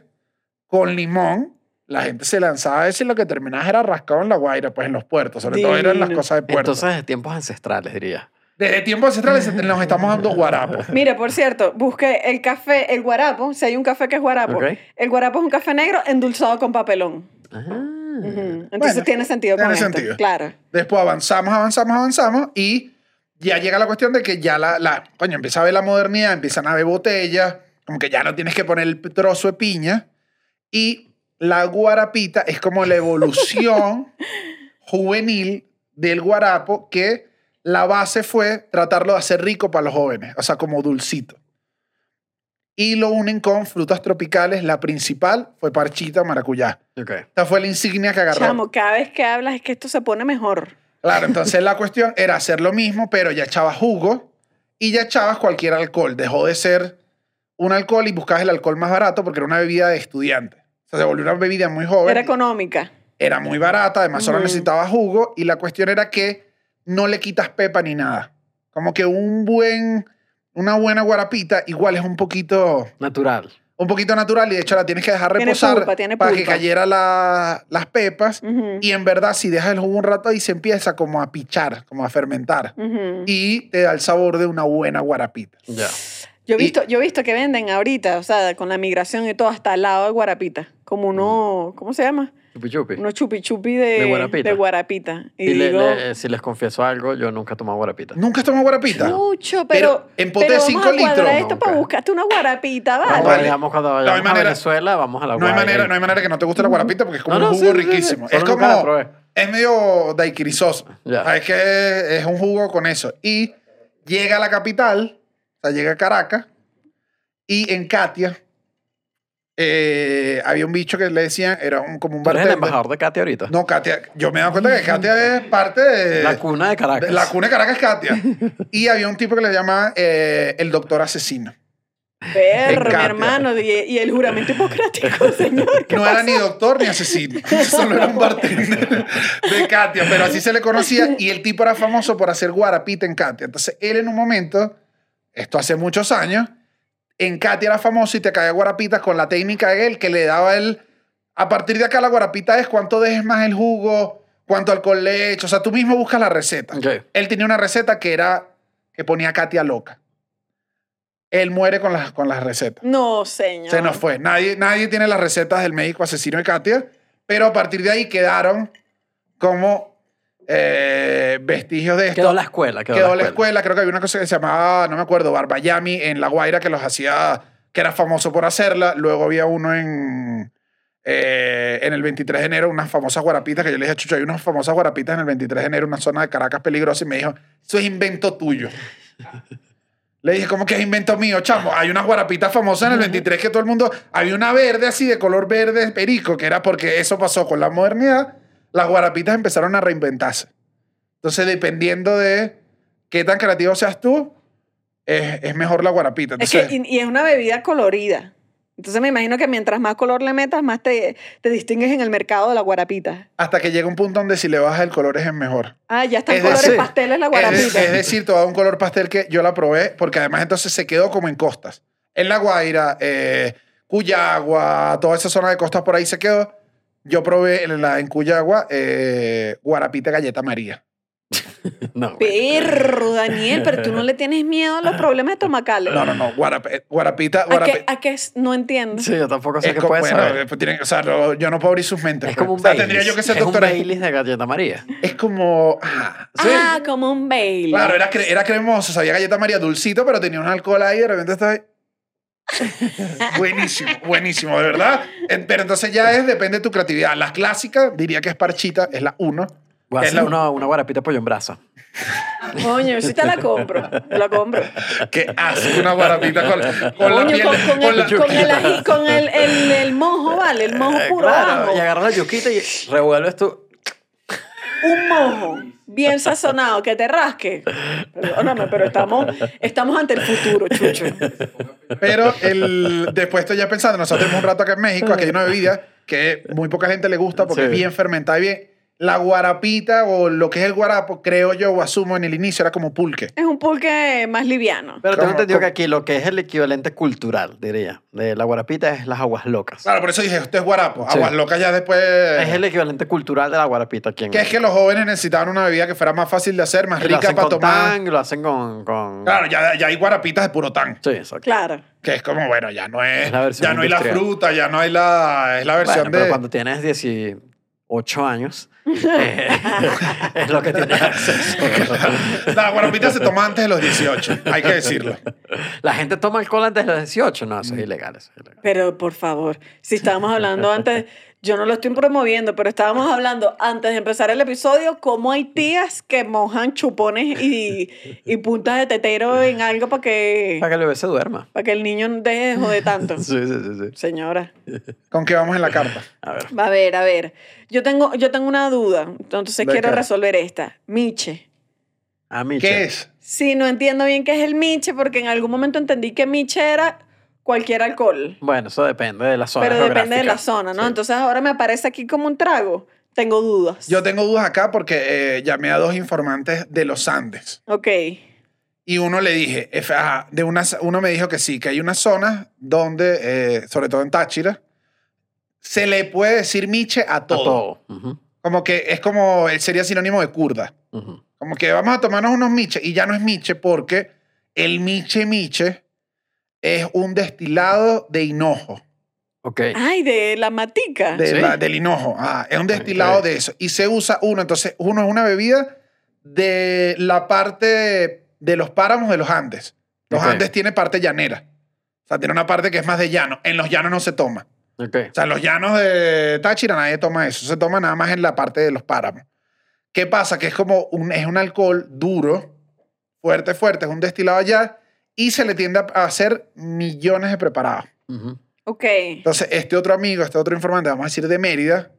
A: con limón. La gente se lanzaba a eso y lo que terminaba era rascado en la guaira, pues en los puertos, sobre todo eran las
C: Divino.
A: cosas de puertos.
E: Entonces, de tiempos ancestrales, diría.
A: Desde tiempos ancestrales nos estamos dando guarapos.
C: Mira, por cierto, busqué el café, el guarapo. Si hay un café que es guarapo.
E: Ok.
C: El guarapo es un café negro endulzado con papelón.
E: Ah.
C: Ujú. Entonces
A: Bueno,
C: tiene sentido con
A: tiene
C: esto.
A: sentido.
C: Claro.
A: Después avanzamos, avanzamos, avanzamos y ya llega la cuestión de que ya la, la coño, empieza a ver la modernidad, empiezan a ver botellas, como que ya no tienes que poner el trozo de piña y la guarapita es como la evolución juvenil del guarapo que la base fue tratarlo de hacer rico para los jóvenes, o sea, como dulcito. Y lo unen con frutas tropicales, la principal fue parchita maracuyá.
E: Ok.
A: Esta fue la insignia que agarró.
C: Chamo, cada vez que hablas es que esto se pone mejor.
A: Claro, entonces la cuestión era hacer lo mismo, pero ya echabas jugo y ya echabas cualquier alcohol. Dejó de ser un alcohol y buscabas el alcohol más barato porque era una bebida de estudiante. O sea, se volvió una bebida muy joven.
C: Era económica.
A: Era muy barata, además solo
C: Ujú.
A: necesitaba jugo y la cuestión era que no le quitas pepa ni nada. Como que un buen, una buena guarapita igual es un poquito,
E: Natural.
A: un poquito natural y de hecho la tienes que dejar
C: Tiene
A: reposar
C: pulpa, tiene
A: para que
C: pulpa.
A: cayera la- las pepas.
C: Ujú.
A: Y en verdad, si dejas el jugo un rato ahí, se empieza como a pichar, como a fermentar.
C: Ujú.
A: Y te da el sabor de una buena guarapita.
E: Ya.
C: Yo he
A: Y-
C: visto, yo he visto que venden ahorita, o sea, con la migración y todo, hasta al lado de Guarapita. Como uno, ¿cómo se llama?
E: Chupi chupi.
C: Uno chupi chupi de,
E: De Guarapita.
C: de Guarapita. Y
E: Y le-
C: digo,
E: le- si les confieso algo, yo nunca he tomado guarapita.
A: ¿Nunca has tomado guarapita?
C: mucho,
A: Pero
C: pero,
A: en pote de
C: pero
A: cinco
C: vamos a cuadrar
A: litros,
C: esto
E: no,
C: para
E: ok.
C: buscarte una Guarapita,
E: Cuando
A: No,
C: ¿vale?
A: vale.
E: vayamos, cuando vayamos
A: hay manera-
E: a Venezuela, vamos a la
A: No hay,
E: guaira
A: manera,
E: y-
A: no hay manera que no te guste la guarapita porque es como
E: No,
A: un
E: no,
A: jugo
E: sí, sí, sí.
A: riquísimo.
E: Solo
A: Es
E: nunca la
A: como.
E: probé.
A: Es medio daiquirizoso.
E: Ya.
A: Ah, Es que es un jugo con eso. Y llega a la capital, o sea, llega a Caracas, y en Katia eh, había un bicho que le decían, era un, como un
E: ¿Tú eres el
A: bartender.
E: embajador de Katy ahorita?
A: No, Katia, yo me he dado cuenta que Katia es parte de.
E: La cuna de Caracas.
A: La cuna de Caracas, Katia. Y había un tipo que le llamaba eh, el doctor asesino.
C: Perro, mi
A: encanta.
C: hermano, y, y el juramento hipocrático, señor. ¿qué
A: No
C: pasa?
A: era ni doctor ni asesino. Solo era un bartender de Katia, pero así se le conocía. Y el tipo era famoso por hacer guarapita en Katia. Entonces, él en un momento, esto hace muchos años, en Katia era famoso y te caía guarapitas con la técnica de él que le daba él. A partir de acá, la guarapita es cuánto dejes más el jugo, cuánto alcohol le echo. O sea, tú mismo buscas la receta.
E: Ok.
A: Él tenía una receta que era que ponía a Katia loca. Él muere con las, con las recetas.
C: No, señor.
A: Se nos fue. Nadie, nadie tiene las recetas del médico asesino de Katia, pero a partir de ahí quedaron como eh, vestigios de esto.
E: Quedó la escuela. Quedó,
A: la escuela. Creo que había una cosa que se llamaba, no me acuerdo, Barbayami en La Guaira, que los hacía, que era famoso por hacerla. Luego había uno en, eh, en el 23 de enero unas famosas guarapitas, que yo le dije a Chucho, hay unas famosas guarapitas en el 23 de enero, una zona de Caracas peligrosa, y me dijo, eso es invento tuyo. Le dije, ¿cómo que es invento mío, chamo? Hay unas guarapitas famosas en el 23 que todo el mundo... Había una verde así, de color verde perico, que era porque eso pasó con la modernidad. Las guarapitas empezaron a reinventarse. Entonces, dependiendo de qué tan creativo seas tú, es, es mejor la guarapita.
C: Es
A: Entonces,
C: que, y, y es una bebida colorida. Entonces me imagino que mientras más color le metas, más te, te distingues en el mercado de la guarapita.
A: hasta que llega un punto donde si le bajas el color es el mejor.
C: Ah, ya están
A: Es
C: colores
A: decir,
C: pasteles la
A: Es, de-
C: guarapita.
A: es decir, todo un color pastel que yo la probé, porque además entonces se quedó como en costas. En La Guaira, eh, Cuyagua, toda esa zona de costas por ahí se quedó. Yo probé en, la, en Cuyagua eh, guarapita galleta María.
E: No, güey.
C: Perro, Daniel, pero tú no le tienes miedo a los problemas estomacales.
A: No, no, no, guarap- eh, guarapita,
C: ¿A qué,
A: guarapita.
C: a qué es? No entiendo.
E: Sí, yo tampoco sé
A: Es
E: qué
A: como-
E: puede
A: bueno,
E: saber.
A: eh, pues tienen- o sea, no, yo no puedo abrir sus mentes.
E: Es
A: pues.
E: como un
A: O sea,
E: Baileys.
A: tendría yo que ser
E: es
A: doctora.
E: un Baileys de galleta María.
A: Es como... ajá, sí.
C: Ah, como un baile.
A: Claro, era, cre- era cremoso, sabía galleta María dulcito, pero tenía un alcohol ahí y de repente estaba ahí. buenísimo, buenísimo, de verdad. En- Pero entonces ya es, depende de tu creatividad. La clásica, diría que es parchita, es la uno.
E: Voy a
A: Es la-
E: hacer una, una guarapita pollo en brasa.
C: Coño, yo sí te la compro. Te la compro.
A: Que hace una guarapita con, con la
C: Coño,
A: piel.
C: con, con
A: con la-
C: el, con el ají- con el, el- el mojo, ¿vale? El mojo
E: Eh,
C: puro.
E: claro,
C: ajo.
E: y agarras la yuquita y revuelves tú.
C: un mojo bien sazonado que te rasque. Perdóname, pero estamos, estamos ante el futuro, Chucho.
A: Pero el, después estoy ya pensando, nosotros tenemos un rato acá en México, aquí hay una bebida que muy poca gente le gusta porque
E: Sí.
A: es bien fermentada y bien. La guarapita o lo que es el guarapo, creo yo o asumo en el inicio, era como pulque.
C: Es un pulque más liviano.
E: Pero
A: ¿Cómo-
E: tengo entendido
A: cómo?
E: que aquí lo que es el equivalente cultural, diría, de la guarapita es las aguas locas.
A: Claro, por eso dije, esto es guarapo. Aguas
E: Sí.
A: locas ya después.
E: Es el equivalente cultural de la guarapita aquí en
A: Que es que los jóvenes necesitaban una bebida que fuera más fácil de hacer, más
E: Y lo
A: rica
E: hacen
A: para
E: con
A: tomar.
E: tang, lo hacen con... con-
A: Claro, ya, ya hay guarapitas de puro tan.
E: Sí, exacto.
C: Claro.
A: Que es como, bueno, ya no es.
E: Es la versión
A: ya no hay la
E: industrial.
A: fruta, ya no hay la. Es la versión
E: Bueno, pero
A: de.
E: cuando tienes 18 años, eh, es lo que tienes acceso.
A: La guarapita se toma antes de los 18, hay que decirlo.
E: La gente toma alcohol antes de los 18. No,
A: Mm.
E: eso es ilegal. Eso es ilegal.
C: Pero por favor, si estábamos hablando antes, yo no lo estoy promoviendo, pero estábamos hablando antes de empezar el episodio cómo hay tías que mojan chupones y, y puntas de tetero en algo para que,
E: Para que el bebé se duerma.
C: para que el niño deje de joder
A: Mm.
C: tanto.
E: Sí, sí, sí. sí.
C: Señora.
A: ¿Con qué vamos en la carta?
E: A ver.
C: A ver, a ver. Yo tengo, yo tengo una duda, entonces
A: ¿De
C: quiero
A: qué?
C: resolver esta. Miche.
E: A mí,
A: ¿Qué es?
C: Sí, no entiendo bien qué es el miche, porque en algún momento entendí que miche era cualquier alcohol.
E: Bueno, eso depende de la zona.
C: pero depende de
E: geográfica.
C: la zona, ¿no?
E: Sí.
C: Entonces ahora me aparece aquí como un trago. Tengo dudas.
A: Yo tengo dudas acá porque eh, llamé a dos informantes de los Andes.
C: Ok.
A: Y uno le dije, F- ajá, de unas, uno me dijo que sí, que hay unas zonas donde, eh, sobre todo en Táchira, se le puede decir miche a
E: A
A: todo.
E: todo. Ujú,
A: Como que es como, eh, sería sinónimo de kurda.
E: ujú.
A: Como que vamos a tomarnos unos miche y ya no es miche porque el miche miche es un destilado de hinojo,
E: Ok.
C: Ay, de la matica.
A: de
E: Ah, Sí.
A: la- del hinojo. Ah, es un destilado
E: Ok.
A: de eso. Y se usa uno, entonces uno es una bebida de la parte de los páramos de los Andes. Los
E: Ok.
A: Andes tiene parte llanera. O sea, tiene una parte que es más de llano. En los llanos no se toma.
E: Ok.
A: O sea, en los llanos de Táchira nadie toma eso. Se toma nada más en la parte de los páramos. ¿Qué pasa? Que es como un, es un alcohol duro, fuerte, fuerte. Es un destilado allá y se le tiende a hacer millones de preparados.
E: Ujú.
C: Ok.
A: Entonces, este otro amigo, este otro informante, vamos a decir de Mérida,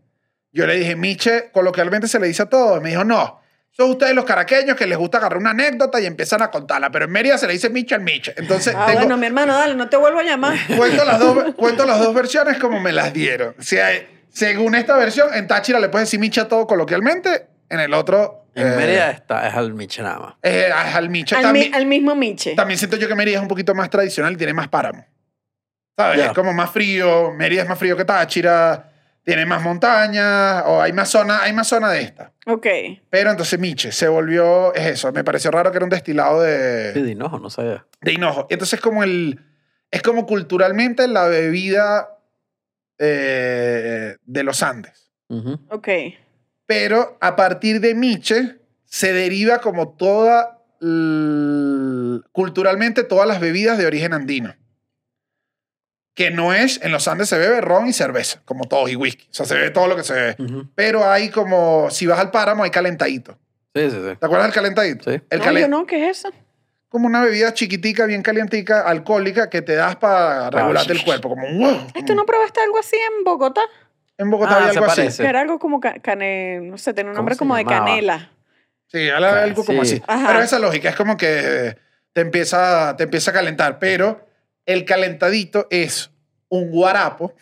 A: yo le dije, Miche, coloquialmente se le dice a todos. Me dijo, no, son ustedes los caraqueños que les gusta agarrar una anécdota y empiezan a contarla, pero en Mérida se le dice Miche al Miche. Entonces,
C: Ah,
A: tengo-
C: bueno, mi hermano, dale, no te vuelvo a llamar.
A: cuento, las dos, cuento las dos versiones como me las dieron. O sea, según esta versión, en Táchira le puedes decir Miche a todo coloquialmente, en el otro...
E: En
A: eh,
E: Mérida está, es al Michelama.
A: eh, es al Miche.
C: Al, mi-
A: También-
C: al mismo miche.
A: también siento yo que Mérida es un poquito más tradicional y tiene más páramo. ¿Sabes?
E: Ya.
A: Es como más frío. Mérida es más frío que Táchira. Tiene más montañas. O hay más zona, hay más zona de esta.
C: Ok.
A: Pero entonces Miche se volvió. Es eso. Me pareció raro que era un destilado de,
E: Sí, de hinojo, no sabía.
A: de hinojo. Y Entonces, como el. Es como culturalmente la bebida eh, de los Andes.
E: Ujú.
C: Ok.
A: Pero a partir de Miche se deriva como toda. l- Culturalmente, todas las bebidas de origen andino. que no es, en los Andes se bebe ron y cerveza, como todos, y whisky. O sea, se bebe todo lo que se bebe.
E: Ujú.
A: Pero hay como, si vas al páramo, hay calentadito.
E: Sí, sí, sí.
A: ¿Te acuerdas del calentadito?
E: Sí.
A: El
C: no,
A: calen-
C: yo no, ¿qué es eso?
A: Como una bebida chiquitica, bien calientica, alcohólica, que te das para regularte el cuerpo. Como, wow.
C: Ay, ¿Tú no probaste algo así en Bogotá?
A: En Bogotá
E: Ah,
A: había
E: se
A: algo así.
E: parece. Sí.
C: Que era algo como ca- cane, no sé, tenía un
E: ¿Cómo
C: nombre
E: se
C: como de
E: llamaba?
C: canela.
A: Sí, habla de algo como
E: Sí.
A: así.
C: Ajá.
A: Pero esa lógica es como que te empieza, te empieza a calentar. Pero el calentadito es un guarapo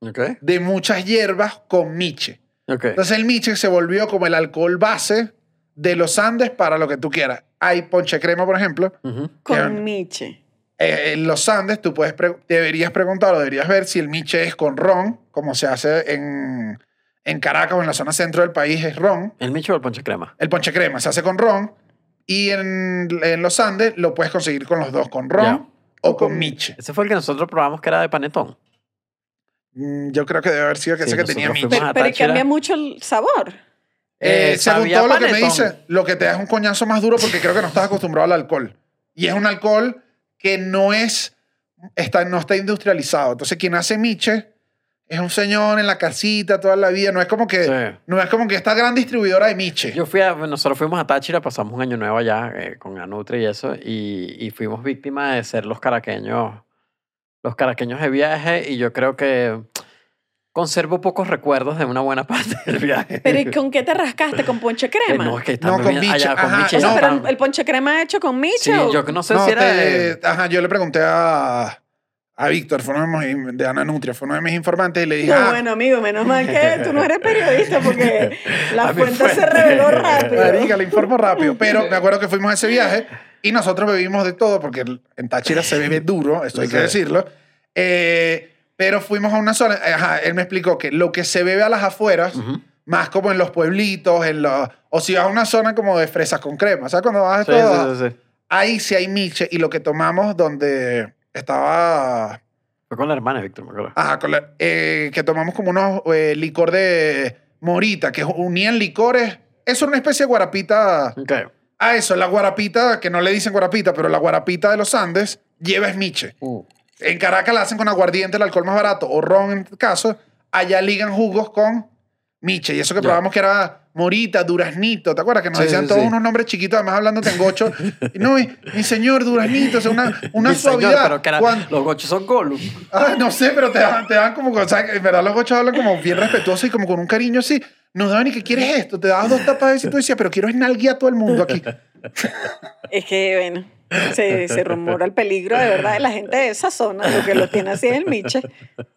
E: Ok.
A: de muchas hierbas con miche.
E: Ok.
A: Entonces el miche se volvió como el alcohol base de los Andes para lo que tú quieras. Hay ponche crema, por ejemplo.
E: Ujú.
A: Bien.
C: Con Miche.
A: Eh, en los Andes tú puedes pre- deberías preguntar o deberías ver si el miche es con ron, como se hace en, en Caracas o en la zona centro del país, es ron.
E: El micho o el ponche crema.
A: El ponche crema se hace con ron y en, en los Andes lo puedes conseguir con los dos, con ron
E: Ya.
A: o con miche.
E: Ese fue el que nosotros probamos que era de panetón.
A: Mm, Yo creo que debe haber sido que
E: Sí,
A: ese que tenía
E: nosotros
A: miche.
E: fuimos
C: Pero,
E: a
C: pero
E: Táchira.
C: cambia mucho el sabor.
A: Eh,
E: Eh,
A: según
E: sabía
A: todo lo que me
E: panetón.
A: dice, lo que te da es un coñazo más duro porque creo que no estás acostumbrado al alcohol. Y es un alcohol que no es, está, no está industrializado. Entonces, quien hace miche es un señor en la casita toda la vida. No es como que,
E: Sí.
A: no es como que esta gran distribuidora de miche.
E: Yo fui a, nosotros fuimos a Táchira, pasamos un año nuevo allá eh, con Anutri y eso, y, y fuimos víctimas de ser los caraqueños, los caraqueños de viaje, y yo creo que conservo pocos recuerdos de una buena parte del viaje.
C: Pero ¿y con qué te rascaste? ¿Con ponche
E: Eh,
C: crema?
E: no, es que
A: No,
E: estamos
A: con
E: bien-
A: biche,
E: allá con
A: ajá,
E: biche
C: o sea,
A: no,
E: ya
C: pero
E: están-
C: el ponche crema hecho con Pues Miche.
E: Sí,
C: o-
E: yo que no sé
A: No,
E: si era
A: te-
E: de-
A: ajá, yo le pregunté a, a Víctor, fue uno de, mis- de Ana Nutria, fue uno de mis informantes, y le dije,
C: No,
A: "Ah,
C: bueno, amigo, menos mal que tú no eres periodista porque
E: A
C: la
E: mi
C: fuente, se
E: fuente.
C: reveló rápido.
A: Marica, le informo rápido. Pero me acuerdo que fuimos a ese viaje y nosotros bebimos de todo, porque en Táchira se bebe duro, esto hay que
E: Sí.
A: decirlo. Eh, pero fuimos a una zona, eh, ajá, él me explicó que lo que se bebe a las afueras,
E: Ujú.
A: más como en los pueblitos, en los, o si vas a una zona como de fresas con crema, ¿sabes? Cuando vas a
E: Sí,
A: todo,
E: sí, sí, sí.
A: ahí sí hay miche y lo que tomamos donde estaba,
E: Fue con la hermana, Víctor, me acuerdo.
A: ajá, con la- eh, que tomamos como unos eh, licor de morita, que unían licores. Eso era una especie de guarapita.
E: Ok.
A: Ah, eso, la guarapita, que no le dicen guarapita, pero la guarapita de los Andes lleva es miche.
E: Uh,
A: En Caracas la hacen con aguardiente, el alcohol más barato, o ron en este caso. Allá ligan jugos con miche. Y eso que
E: Ya.
A: probamos que era morita, duraznito, ¿te acuerdas? Que nos
E: Sí,
A: decían
E: sí,
A: todos
E: sí.
A: unos nombres chiquitos, además hablando tengocho. Y no, mi, mi señor, duraznito, o sea, una, una
E: mi señor,
A: suavidad.
E: pero que era-
A: Cuan-
E: los gochos son Gollum.
A: Ah, no sé, pero te dan, te dan como, o sea, en verdad los gochos hablan como bien respetuosos y como con un cariño así. Nos daban y que quieres esto, te dabas dos tapas y tú decías, pero quiero esnalguía a todo el mundo aquí.
C: Es que, bueno, se, se rumora el peligro de verdad de la gente de esa zona. Lo que lo tiene así es el Miche.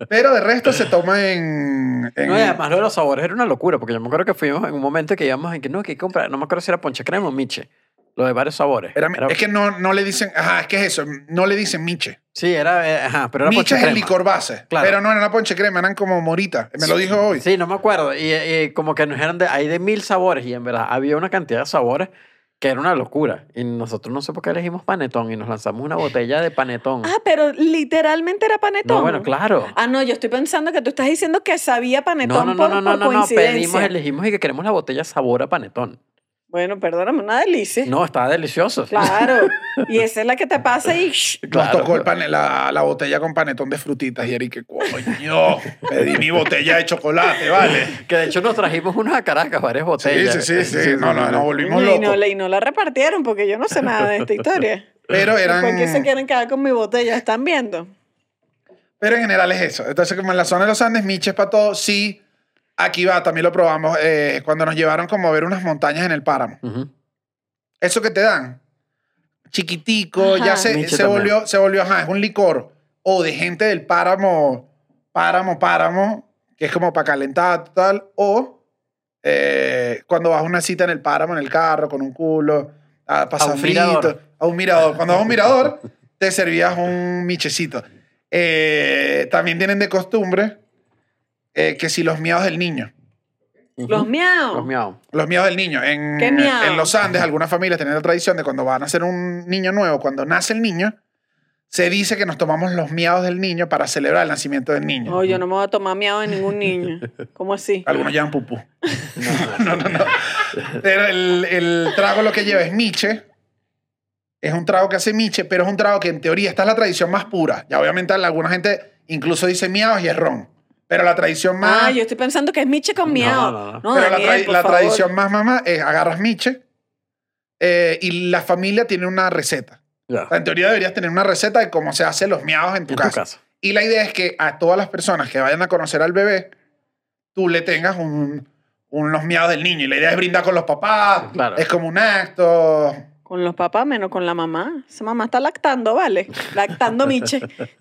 A: Pero de resto se toma en. en-
E: No, y además lo de los sabores era una locura, porque yo me acuerdo que fuimos en un momento que íbamos en que no, que hay que comprar, no me acuerdo si era ponche crema o miche, lo de varios sabores.
A: Era-
E: Era-
A: es que no, no le dicen. Ajá, es que es eso. No le dicen miche.
E: Sí, era, eh, ajá, pero era
A: miche
E: ponche
A: es
E: crema.
A: el licor base.
E: Claro.
A: Pero no era ponche crema, eran como morita. Me lo dijo hoy.
E: Sí, no me acuerdo. Y, y como que nos eran de, hay de mil sabores y en verdad había una cantidad de sabores que era una locura. Y nosotros no sé por qué elegimos panetón y nos lanzamos una botella de panetón.
C: Ah, pero literalmente era panetón.
E: no, bueno, claro.
C: Ah, no, yo estoy pensando que tú estás diciendo que sabía
E: No,
C: panetón
E: no, no,
C: por,
E: no, no,
C: por
E: no, no,
C: coincidencia.
E: pedimos, elegimos y que queremos la botella sabor a panetón.
C: Bueno, perdóname, una delicia.
E: No, estaba delicioso.
C: Claro. Y esa es la que te pasa y... shh.
E: Claro.
A: Nos tocó el pane- la, la botella con panetón de frutitas. Y Eric, coño, pedí mi botella de chocolate, ¿vale?
E: Que de hecho nos trajimos unas a Caracas, varias
A: Sí,
E: botellas. Eh,
A: sí, sí. sí. No, no, nos volvimos
C: y, no,
A: locos.
C: la- y no la repartieron porque yo no sé nada de esta historia.
A: Pero eran.
C: ¿Por qué se quieren quedar con mi botella? ¿Están viendo?
A: Pero en general es eso. Entonces, como en la zona de los Andes, Miche es para todo. Sí, aquí va, también lo probamos eh, cuando nos llevaron como a ver unas montañas en el páramo.
E: Ujú.
A: Eso que te dan, chiquitico,
C: Ajá.
A: ya se,
E: Miche
A: se
E: también.
A: volvió, se volvió, ajá, es un licor. O de gente del páramo, páramo, páramo, que es como para calentar, tal. O eh, cuando vas a una cita en el páramo, en el carro, con un culo, a pasar
E: un
A: frito,
E: mirador.
A: a un mirador. Cuando vas a un mirador, te servías un michecito. Eh, también tienen de costumbre eh, que si los miados del niño.
C: Los
E: Ujú.
C: miau.
E: Los miau.
A: Los miedos del niño. En,
C: ¿Qué miau?
A: en los Andes, algunas familias tienen la tradición de cuando van a hacer un niño nuevo, cuando nace el niño, se dice que nos tomamos los miados del niño para celebrar el nacimiento del niño.
C: No, yo no me voy a tomar miau de ningún niño. ¿Cómo así?
A: Algunos llaman pupú. no, no, no. Pero el, el trago lo que lleva es miche. Es un trago que hace miche, pero es un trago que en teoría esta es la tradición más pura. Ya obviamente alguna gente Incluso dice miados y es ron. Pero la tradición más.
C: Ah, yo estoy pensando que es miche con
E: No,
C: miau.
E: no, no.
A: pero la,
C: Daniel,
A: tra-
C: por
A: la
C: favor.
A: tradición más mamá es agarras miche eh, y la familia tiene una receta.
E: Ya.
A: O sea, en teoría deberías tener una receta de cómo se hacen los miados en tu,
E: En tu
A: casa.
E: casa.
A: Y la idea es que a todas las personas que vayan a conocer al bebé, tú le tengas un, unos miados del niño. Y la idea es brindar con los papás.
E: Claro.
A: Es como un acto.
C: Con los papás menos con la mamá. Esa mamá está lactando, ¿vale? Lactando miche.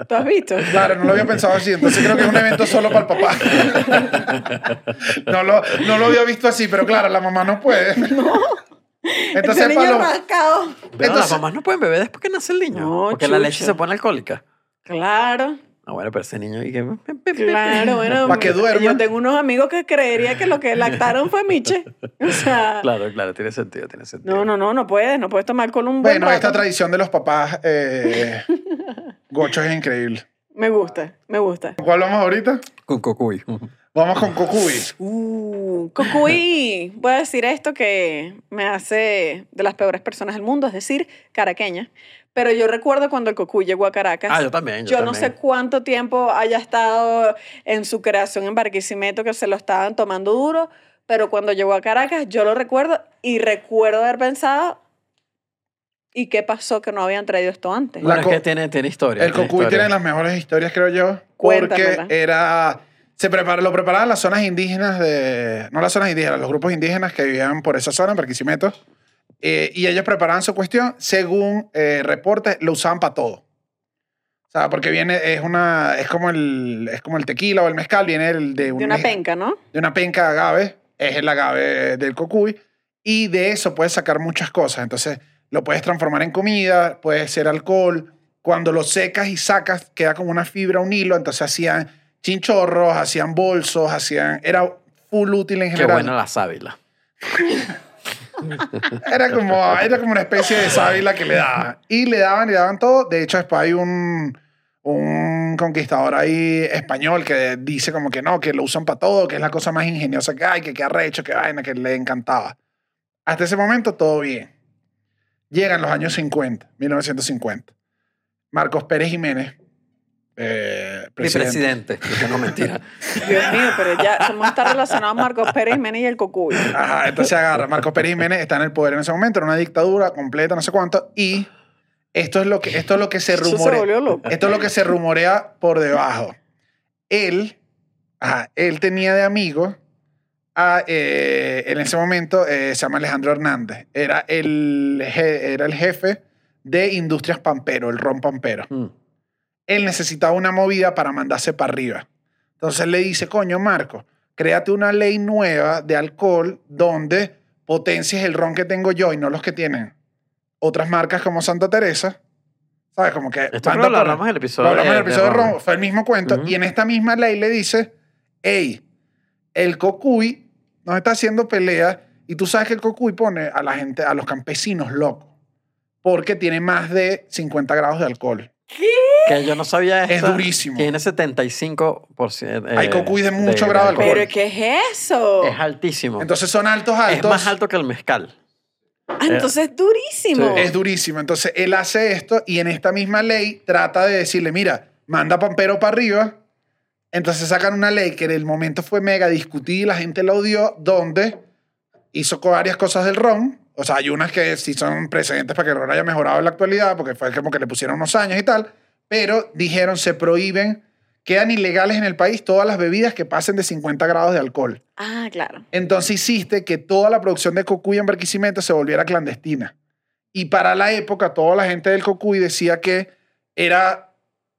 C: ¿Tú has visto?
A: Claro, no lo había pensado así. Entonces creo que es un evento solo para el papá. no, lo, no lo había visto así, pero claro, la mamá no puede. Entonces,
C: Ese niño
A: para los-
C: rascado.
E: Pero
A: Entonces-
E: las mamás no pueden beber después que nace el niño.
C: No,
E: porque la leche
C: chucha.
E: se pone alcohólica.
C: Claro,
E: Ah, bueno, pero ese niño. Y que...
C: claro, bueno.
A: Pa' que duerma.
C: Yo tengo unos amigos que creería que lo que lactaron fue miche. O sea,
E: Claro, claro, tiene sentido, tiene sentido.
C: no, no, no, no puedes, no puedes tomar con un buen
A: Bueno, esta
C: rato.
A: tradición de los papás eh, gochos es increíble.
C: Me gusta, me gusta.
A: ¿Con cuál vamos ahorita?
E: Con cocuy.
A: Vamos con Cocuy.
C: Uh, Cocuy, voy a decir esto que me hace de las peores personas del mundo, es decir, caraqueña. Pero yo recuerdo cuando el Cocuy llegó a Caracas.
E: Ah, yo también. Yo,
C: Yo no sé
E: también.
C: cuánto tiempo haya estado en su creación en Barquisimeto, que se lo estaban tomando duro, pero cuando llegó a Caracas, yo lo recuerdo y recuerdo haber pensado, ¿y qué pasó que no habían traído esto antes?
A: La
E: Bueno,
A: co-
E: es que tiene, tiene historia.
A: El Cocuy tiene las mejores historias, creo yo. Porque
C: Cuéntamela.
A: era. Se prepara, lo preparaban las zonas indígenas de. No las zonas indígenas, los grupos indígenas que vivían por esa zona, en Barquisimeto. Eh, y ellos preparaban su cuestión, según eh, reportes, lo usaban para todo. O sea, porque viene, es una. Es como el. Es como el tequila o el mezcal, viene el de, un
C: De una
A: mez-
C: penca, ¿no?
A: de una penca de agave, es el agave del cocuy, y de eso puedes sacar muchas cosas. Entonces, lo puedes transformar en comida, puede ser alcohol. Cuando lo secas y sacas, queda como una fibra, un hilo. Entonces, hacían chinchorros, hacían bolsos, hacían. Era full útil en
E: Qué
A: general.
E: buena la sábila.
A: Era como, era como una especie de sábila que le daban. Y le daban, le daban todo. De hecho, después hay un, un conquistador ahí español que dice como que no, que lo usan para todo, que es la cosa más ingeniosa que hay, que qué arrecho, que vaina, que le encantaba. Hasta ese momento todo bien. Llegan los años 50, 1950. Marcos Pérez Jiménez, eh,
E: Mi
A: presidente.
E: presidente. que No mentira.
C: Dios mío, pero ya, ¿cómo está relacionado Marcos Pérez Jiménez y el Cocuy?
A: Ajá, entonces agarra. Marcos Pérez Jiménez está en el poder en ese momento, era una dictadura completa, no sé cuánto, y esto es lo que, esto es lo que se
C: Eso se
A: rumorea.
C: volvió loco.
A: Esto es lo que se rumorea por debajo. Él, ajá, él tenía de amigo a, eh, en ese momento, eh, se llama Alejandro Hernández. Era el, je- era el jefe de Industrias Pampero, el Ron Pampero
E: Mm.
A: él necesitaba una movida para mandarse para arriba. Entonces le dice, coño, Marco, créate una ley nueva de alcohol donde potencies el ron que tengo yo y no los que tienen otras marcas como Santa Teresa. ¿Sabes? Como que...
E: Esto
A: manda
E: creo que lo
A: para-
E: hablamos en el episodio.
A: lo hablamos en el
E: de- de
A: episodio de
E: Ron.
A: ron, fue el mismo cuento.
E: Ujú.
A: Y en esta misma ley le dice, hey, el cocuy nos está haciendo pelea y tú sabes que el cocuy pone a la gente, a los campesinos locos, porque tiene más de 50 grados de alcohol.
E: Que yo no sabía
A: Es
E: esto.
A: durísimo.
E: Tiene 75%. eh,
A: Hay cocuy de mucho grado de alcohol.
C: ¿Pero qué es eso?
E: Es altísimo.
A: Ah, Entonces son altos,
E: es
A: altos.
E: más alto que el mezcal.
C: Ah, entonces es durísimo.
E: Sí.
A: Es durísimo. Entonces él hace esto y en esta misma ley trata de decirle, mira, manda a Pampero para arriba. Entonces sacan una ley que en el momento fue mega discutida y la gente la odió, donde hizo co- varias cosas del ron. O sea, hay unas que sí son precedentes para que el ron haya mejorado en la actualidad, porque fue como que le pusieron unos años y tal. Pero dijeron, se prohíben, quedan ilegales en el país todas las bebidas que pasen de 50 grados de alcohol.
C: Ah, claro.
A: Entonces hiciste que toda la producción de cocuy en Barquisimeto se volviera clandestina. Y para la época, toda la gente del cocuy decía que era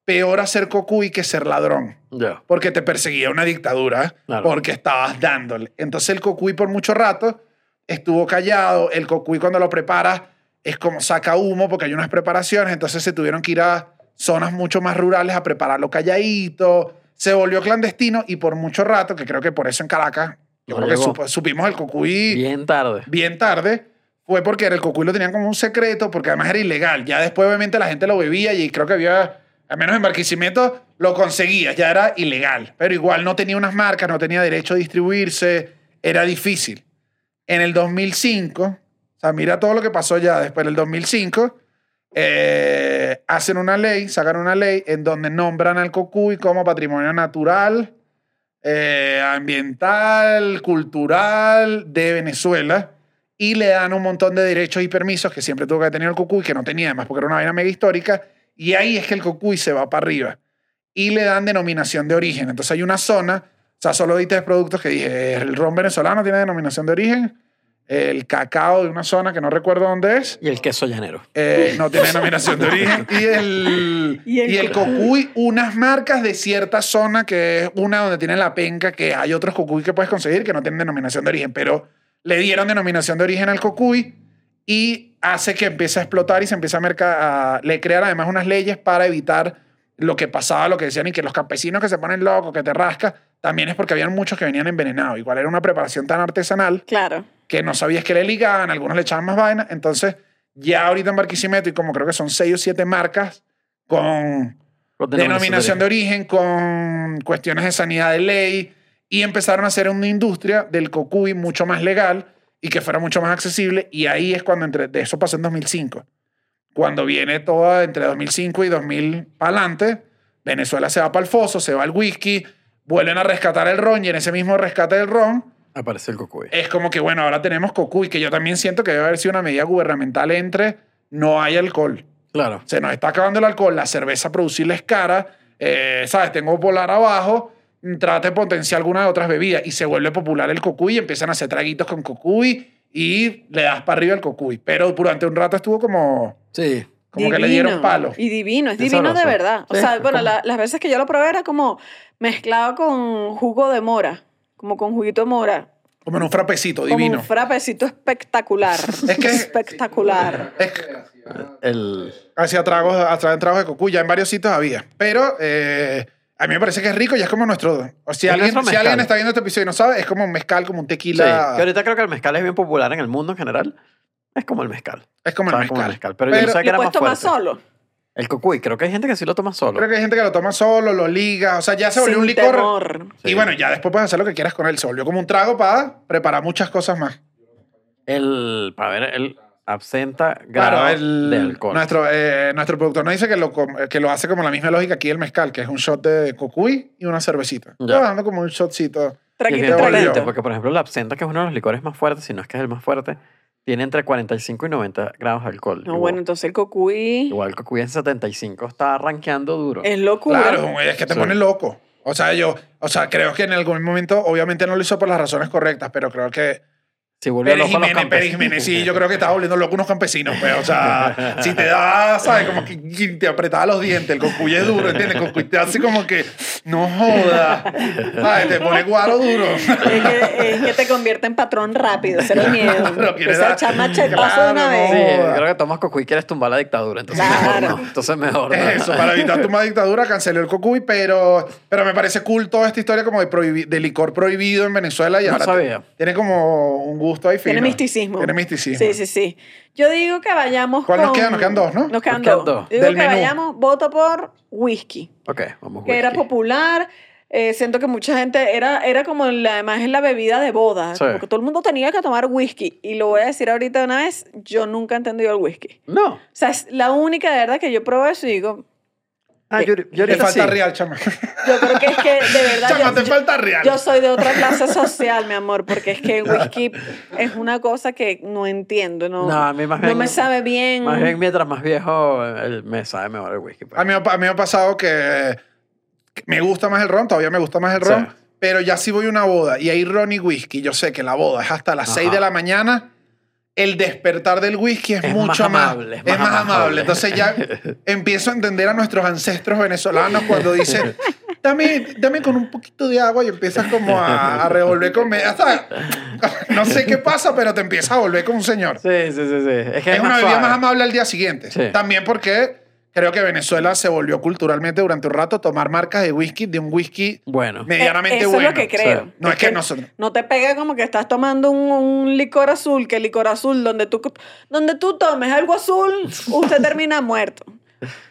A: peor hacer cocuy que ser ladrón,
E: Ya.
A: porque te perseguía una dictadura,
E: Claro.
A: porque estabas dándole. Entonces el cocuy por mucho rato estuvo callado. El cocuy cuando lo preparas es como saca humo, porque hay unas preparaciones. Entonces se tuvieron que ir a zonas mucho más rurales a prepararlo calladito. Se volvió clandestino y por mucho rato, que creo que por eso en Caracas, yo
E: No
A: creo que
E: llegó.
A: supo- supimos el cocuy
E: Bien tarde.
A: bien tarde fue porque era el cocuy lo tenían como un secreto, porque además era ilegal. Ya después, obviamente, la gente lo bebía y creo que había, al menos en Barquisimeto, lo conseguía, ya era ilegal. Pero igual no tenía unas marcas, no tenía derecho a distribuirse, era difícil. En el 2005, o sea, mira todo lo que pasó ya después del 2005, eh, hacen una ley, sacan una ley en donde nombran al cocuy como patrimonio natural, eh, ambiental, cultural de Venezuela y le dan un montón de derechos y permisos que siempre tuvo que haber tenido el cocuy, que no tenía además porque era una vaina mega histórica, y ahí es que el cocuy se va para arriba y le dan denominación de origen. Entonces hay una zona, o sea, solo hay tres productos que dije, "Eh, el ron venezolano tiene denominación de origen, el cacao de una zona que no recuerdo dónde es,
E: Y el queso llanero.
A: eh, no tiene denominación de origen. Y el,
C: Y
A: y
C: el
A: el, cocuy, unas marcas de cierta zona que es una donde tiene la penca, que hay otros cocuy que puedes conseguir que no tienen denominación de origen, pero le dieron denominación de origen al cocuy y hace que empiece a explotar y se empieza a, merca- a- le crean además unas leyes para evitar lo que pasaba, lo que decían, y que los campesinos que se ponen locos, que te rasca, también es porque habían muchos que venían envenenados. Igual era una preparación tan artesanal
C: Claro.
A: que no sabías que le ligaban, algunos le echaban más vaina. Entonces, ya ahorita en Barquisimeto, y como creo que son seis o siete marcas con
E: Con
A: denominación de origen, con cuestiones de sanidad de ley, y empezaron a hacer una industria del cocuy mucho más legal y que fuera mucho más accesible. Y ahí es cuando, entre, de eso pasó en 2005. Cuando viene todo entre 2005 y 2000 para adelante, Venezuela se va para el foso, se va al whisky, vuelven a rescatar el ron y en ese mismo rescate del ron
E: Aparece el cocuy.
A: es como que, bueno, ahora tenemos cocuy, que yo también siento que debe haber sido una medida gubernamental entre no hay alcohol.
E: Claro.
A: Se nos está acabando el alcohol, la cerveza producirla es cara, eh, ¿sabes? Tengo polar abajo, mm, trate de potenciar alguna de otras bebidas y se vuelve popular el cocuy y empiezan a hacer traguitos con cocuy y le das para arriba el cocuy. Pero durante un rato estuvo como,
E: Sí.
A: como que le dieron palo.
C: Y divino, es
E: Qué
C: divino de
E: sabroso.
C: verdad. O
E: Sí,
C: sea,
E: es
C: bueno,
E: como-
C: la- las veces que yo lo probé era como mezclado con jugo de mora, como con juguito de mora.
A: Como en un frapecito
C: Como
A: divino.
C: un frapecito espectacular.
A: Es que-
C: espectacular.
A: Es que-
E: El...
A: Hacía tragos, hacían tragos de cocuy, ya en varios sitios había. Pero eh, a mí me parece que es rico y es como nuestro. O si,
E: Es
A: alguien,
E: nuestro
A: si alguien
E: mezcal.
A: está viendo este episodio y no sabe, es como un mezcal, como un
E: Sí.
A: tequila.
E: Que ahorita creo que el mezcal es bien popular en el mundo en general. Es como el mezcal.
A: es como el
E: Sabe
A: mezcal.
E: como el mezcal, pero yo no sabía
C: Lo
E: que era
C: puedes
E: más
C: tomar
E: fuerte.
C: solo.
E: El cocuy, creo que hay gente que sí lo toma solo.
A: creo que hay gente que lo toma solo, lo liga. O sea, ya se volvió
C: sin
A: un licor.
C: temor.
A: Y
E: Sí.
A: bueno, ya después puedes hacer lo que quieras con él. Se volvió como un trago para preparar muchas cosas más.
E: El, para ver, el absenta grado
A: Claro, el,
E: de alcohol.
A: Nuestro, eh, nuestro productor nos dice que lo, com- que lo hace como la misma lógica aquí el mezcal, que es un shot de cocuy y una cervecita.
E: Ya.
A: Ya. dando como un shotcito.
E: Y es
C: Traquito,
E: bien
A: traguito.
E: potente,
C: traquito.
E: porque por ejemplo la absenta, que es uno de los licores más fuertes, si no es que es el más fuerte, tiene entre 45 y 90 grados de alcohol.
C: No,
E: Igual-
C: bueno, entonces el cocuy
E: Igual que cuiden 75 está rankeando duro.
C: es locura.
A: Claro, es que te
E: Sí.
A: pone loco. O sea, yo, o sea, creo que en algún momento, obviamente no lo hizo por las razones correctas, pero creo que
E: Si vuelve
A: Pérez
E: loco a los
A: Jiménez, Pérez
E: campesinos.
A: Jiménez, sí, yo creo que estaba volviendo loco unos campesinos, pues, o sea, si te da, ¿sabes? Como que te apretaba los dientes, el cocuy es duro, ¿entiendes? El cocuy te hace como que, no joda, ¿sabes? Te pone guaro duro.
C: Es que, es que te convierte en patrón rápido, ese era el miedo.
A: Claro, quieres
C: Ese
A: dar-
C: chamachetazo de una
A: Claro,
E: Sí,
C: vez.
E: yo creo que tomas cocuy quieres tumbar la dictadura, entonces
C: Claro.
E: mejor no. Entonces mejor no.
A: Eso, para evitar tu más dictadura, canceló el cocuy, pero, pero me parece cool toda esta historia como de, prohibi- de licor prohibido en Venezuela y
E: No
A: ahora
E: sabía.
A: tiene como un gusto ahí fino.
C: Tiene misticismo.
A: Tiene misticismo.
C: Sí, sí, sí. Yo digo que vayamos
A: ¿Cuál
C: con...
A: nos queda? Nos quedan dos, ¿no?
C: Nos
E: Nos
C: quedan
E: quedan
C: dos.
E: dos.
C: Digo
A: Del
C: que
A: menú.
C: vayamos, voto por whisky,
E: Ok, vamos.
C: que era
E: whisky.
C: popular. eh, siento que mucha gente era, era como la, además es la bebida de boda.
E: Sí.
C: Como que todo el mundo tenía que tomar whisky. Y lo voy a decir ahorita de una vez, yo nunca he entendido el whisky.
E: No.
C: O sea, es la única de verdad que yo probé eso y digo,
E: Ah, yo, yo
A: Te
E: ahorita
A: falta
E: sí.
A: real, chama.
C: yo creo que es que de verdad.
A: Chama,
C: yo-
A: te
C: yo-
A: falta real.
C: Yo soy de otra clase social, mi amor, porque es que el whisky es una cosa que no entiendo, no,
E: No, a mí más
C: no
E: bien-
C: me sabe bien. Eh,
E: Más bien, mientras más viejo, el- me sabe mejor el whisky. pues.
A: A mí, me pa- a mí me ha pasado que que me gusta más el ron, todavía me gusta más el ron,
E: Sí.
A: pero ya si voy a una boda y hay ron y whisky, yo sé que la boda es hasta las
E: Ajá.
A: 6 de la mañana, el despertar del whisky es,
E: Es más
A: mucho más
E: amable,
A: es más amable. Entonces ya empiezo a entender a nuestros ancestros venezolanos cuando dicen, dame, dame con un poquito de agua y empiezas como a, a revolver con... me- hasta- no sé qué pasa, pero te empiezas a volver con un señor.
E: Sí, sí, sí, sí. Es que
A: Es,
E: es,
A: una
E: más
A: bebida
E: suave.
A: más amable al día siguiente.
E: Sí.
A: También porque creo que Venezuela se volvió culturalmente durante un rato tomar marcas de whisky, de un whisky
E: Bueno.
C: Eh,
A: medianamente
C: Eso
A: bueno.
C: es lo que creo.
E: Sí.
A: No es que nosotros-
C: No te pega como que estás tomando un, un licor azul, que el licor azul, donde tú, donde tú tomes algo azul, usted termina muerto.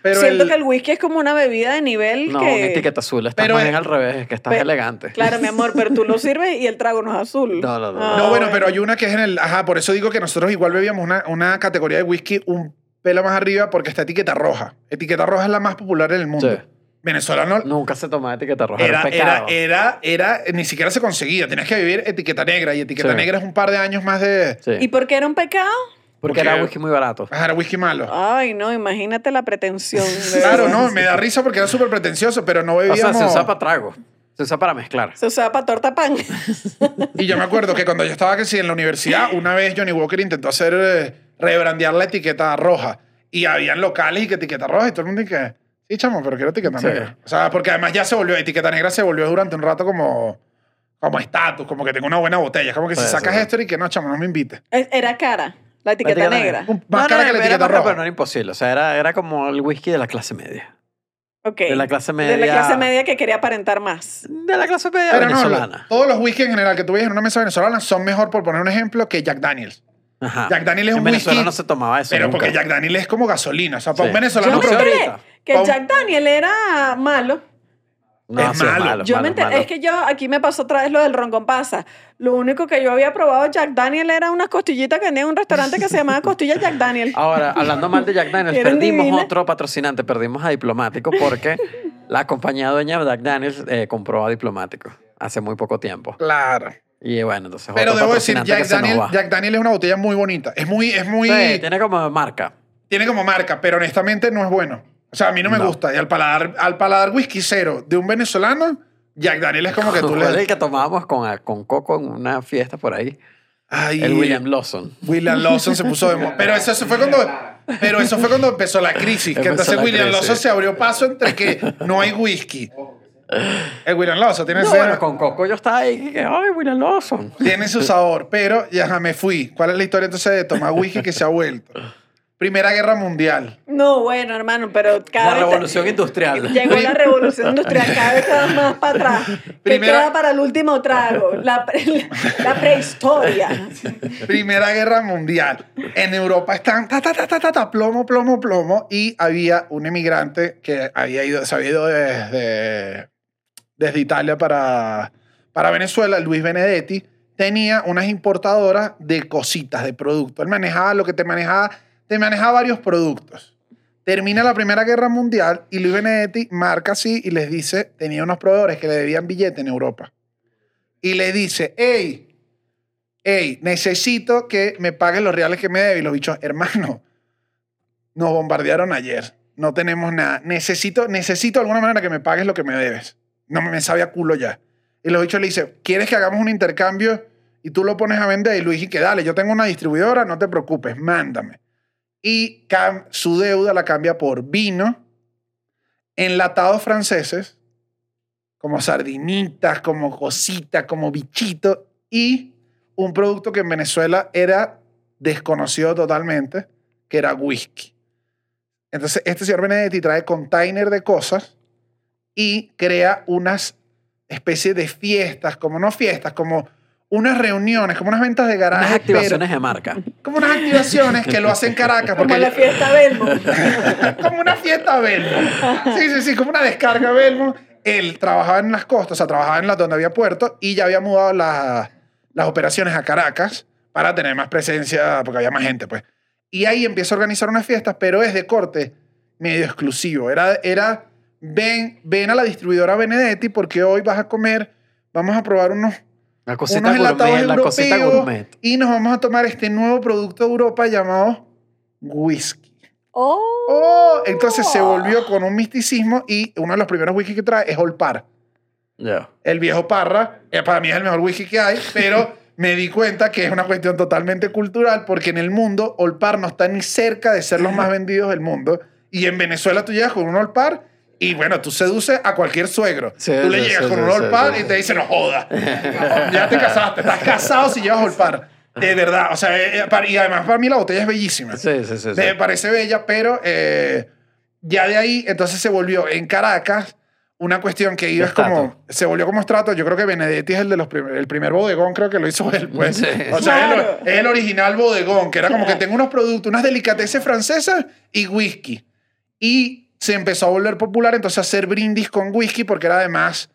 A: Pero
C: Siento
A: el-
C: que el whisky es como una bebida de nivel
E: No,
C: que...
E: un etiqueta azul. Estás
A: Pero
E: más
A: es-
E: bien al revés, es que estás
C: Pe-
E: elegante.
C: Claro, mi amor, pero tú lo sirves y el trago no es azul.
E: No, no, no.
C: Ah,
A: No, bueno, pero hay una que es en el... Ajá, por eso digo que nosotros igual bebíamos una, una categoría de whisky un pela más arriba porque está etiqueta roja. Etiqueta roja es la más popular en el mundo.
E: Sí.
A: Venezuela no,
E: Nunca se tomaba etiqueta roja. Era,
A: era,
E: un pecado.
A: era, era, era, ni siquiera se conseguía. Tenías que vivir etiqueta negra y etiqueta
E: Sí.
A: negra es un par de años más de.
E: Sí.
C: Ah. ¿Y por qué era un pecado?
A: porque-
E: porque, era whisky muy barato.
A: Ah, era whisky malo.
C: Ay, no, imagínate la pretensión. de
A: Claro,
C: verdad.
A: no, me da risa porque era súper pretencioso, pero no
E: O sea,
A: bebíamos.
E: se usa para trago. Se usa para mezclar.
C: Se usaba para torta pan.
A: Y yo me acuerdo que cuando yo estaba que sí, en la universidad, una vez Johnny Walker intentó hacer eh, rebrandear la etiqueta roja. Y habían locales y que etiqueta roja y todo el mundo y que, sí, chamo, pero quiero etiqueta
E: Sí.
A: negra. O sea, porque además ya se volvió, etiqueta negra se volvió durante un rato como como estatus, como que tengo una buena botella. Es Como que si
E: Sí,
A: sacas
E: sí.
A: esto y que no, chamo, no me invites.
C: Es- E-, Era cara, la etiqueta
E: La
C: negra.
A: Un- Más cara que la
E: era
A: etiqueta
E: más cara,
A: roja.
E: Pero no era imposible. O sea, era, era como el whisky de la clase media.
C: Ok.
E: De la clase media.
C: De la clase media que quería aparentar más.
E: De la clase media
A: Pero no,
E: venezolana.
A: lo- todos los whisky en general que tú veas en una mesa venezolana son mejor, por poner un ejemplo, que Jack Daniels.
E: Ajá.
A: Jack Daniel es
E: en
A: un
E: Venezuela
A: whisky,
E: no se tomaba eso.
A: Pero
E: nunca.
A: porque Jack Daniel es como gasolina. O sea, para
E: Sí.
A: un venezolano
C: Yo me
E: pero
A: promedio-
C: enteré
E: ahorita.
C: que
A: Pon-
C: Jack Daniel era malo.
E: No,
A: es
E: sí,
A: malo.
E: malo.
C: Yo
E: malo,
C: me enteré,
E: malo.
C: es que yo, aquí me pasó otra vez lo del ron con pasa. Lo único que yo había probado Jack Daniel era unas costillitas que tenía en un restaurante que se llamaba Costilla Jack Daniel.
E: Ahora, hablando mal de Jack Daniels,
C: Eran
E: perdimos
C: divinas.
E: otro patrocinante, perdimos a Diplomático porque la compañía dueña de Jack Daniels eh, compró a Diplomático hace muy poco tiempo.
A: Claro.
E: Y eh, bueno, entonces
A: Pero
E: otro
A: debo decir,
E: patrocinante
A: Jack
E: que se nos
A: Daniel,
E: va.
A: Jack Daniel es una botella muy bonita. Es muy, es muy.
E: Sí, tiene como marca.
A: Tiene como marca, pero honestamente no es bueno. O sea, a mí no me
E: No.
A: gusta. Y al paladar, al paladar whisky cero de un venezolano, Jack Daniel es como que tú
E: Fue el
A: le.
E: que tomábamos con, con Coco en una fiesta por ahí.
A: Ay,
E: El William Lawson.
A: William Lawson se puso de moda. Pero eso, eso fue cuando. Pero eso fue cuando empezó la crisis. Que
E: Empezó
A: entonces
E: la
A: William
E: crisis.
A: Lawson se abrió paso entre que no hay whisky. El William Lawson tiene,
E: No,
A: ese-
E: bueno, con Coco yo estaba ahí. que, Ay, William Lawson.
A: tiene su sabor, pero ya ajá, me fui. ¿Cuál es la historia entonces de tomar whisky que se ha vuelto? Primera Guerra Mundial.
C: No, bueno, hermano, pero cada
E: La
C: vez-
E: revolución industrial.
C: Llegó la revolución industrial, cada vez estaba más para atrás. Que
A: Primera-
C: queda para el último trago, la, pre- la prehistoria.
A: Primera Guerra Mundial. En Europa están ta, ta, ta, ta, ta, ta, plomo, plomo, plomo. Y había un emigrante que había ido, se había ido desde, desde Italia para, para Venezuela, Luis Benedetti. Tenía unas importadoras de cositas, de productos. Él manejaba lo que te manejaba, te manejaba varios productos. Termina la Primera Guerra Mundial y Luis Benedetti marca así y les dice, tenía unos proveedores que le debían billete en Europa. Y le dice, hey, hey, necesito que me paguen los reales que me debes. Y los bichos, hermano, nos bombardearon ayer. No tenemos nada. Necesito, necesito de alguna manera que me pagues lo que me debes. No me sabe a culo ya. Y los bichos le dicen, ¿quieres que hagamos un intercambio? Y tú lo pones a vender. Y Luis, y que dale, yo tengo una distribuidora, no te preocupes, mándame. Y cam- su deuda la cambia por vino, enlatados franceses, como sardinitas, como cositas, como bichito, y un producto que en Venezuela era desconocido totalmente, que era whisky. Entonces, este señor Benedetti trae container de cosas y crea unas especies de fiestas, como no fiestas, como unas reuniones, como unas ventas de garaje.
E: Unas
A: pero-
E: activaciones de marca.
A: como unas activaciones que lo hacen Caracas.
C: Como
A: Porque
C: la fiesta Belmo.
A: como una fiesta Belmo. Sí, sí, sí, como una descarga Belmo. Él trabajaba en las costas, o sea, trabajaba en las donde había puerto y ya había mudado las- las operaciones a Caracas para tener más presencia, porque había más gente, pues. Y ahí empieza a organizar unas fiestas, pero es de corte medio exclusivo. Era, era ven, ven a la distribuidora Benedetti porque hoy vas a comer, vamos a probar unos
E: La
A: unos
E: cosita
A: enlatados
E: gourmet, la cosita
A: europeos,
E: gourmet.
A: Y nos vamos a tomar este nuevo producto de Europa llamado whisky.
C: Oh,
A: Oh, entonces se volvió con un misticismo y uno de los primeros whisky que trae es Old Par.
E: Ya.
A: El viejo Parra, eh, para mí es el mejor whisky que hay, pero me di cuenta que es una cuestión totalmente cultural porque en el mundo Old Par no está ni cerca de ser los más vendidos del mundo. Y en Venezuela tú llegas con un Old Par y bueno, tú seduces a cualquier suegro.
E: Sí,
A: tú le
E: sí,
A: llegas
E: sí,
A: con
E: sí,
A: un Old
E: sí,
A: Par
E: sí.
A: y te dicen, no joda, ya te casaste, estás casado si llevas Old Par. De verdad, o sea, eh, eh, para- y además para mí la botella es bellísima.
E: Sí, sí, sí. sí.
A: Me parece bella, pero eh, ya de ahí, entonces se volvió en Caracas una cuestión que ibas
E: Estrato.
A: como. Se volvió como estrato. Yo creo que Benedetti es el de los primer, el primer bodegón, creo que lo hizo él, pues.
E: Sí.
A: O sea, es el-
C: Claro.
A: es el, original bodegón, que era como que tengo unos productos, unas delicateces francesas y whisky. Y se empezó a volver popular, entonces a hacer brindis con whisky, porque era además.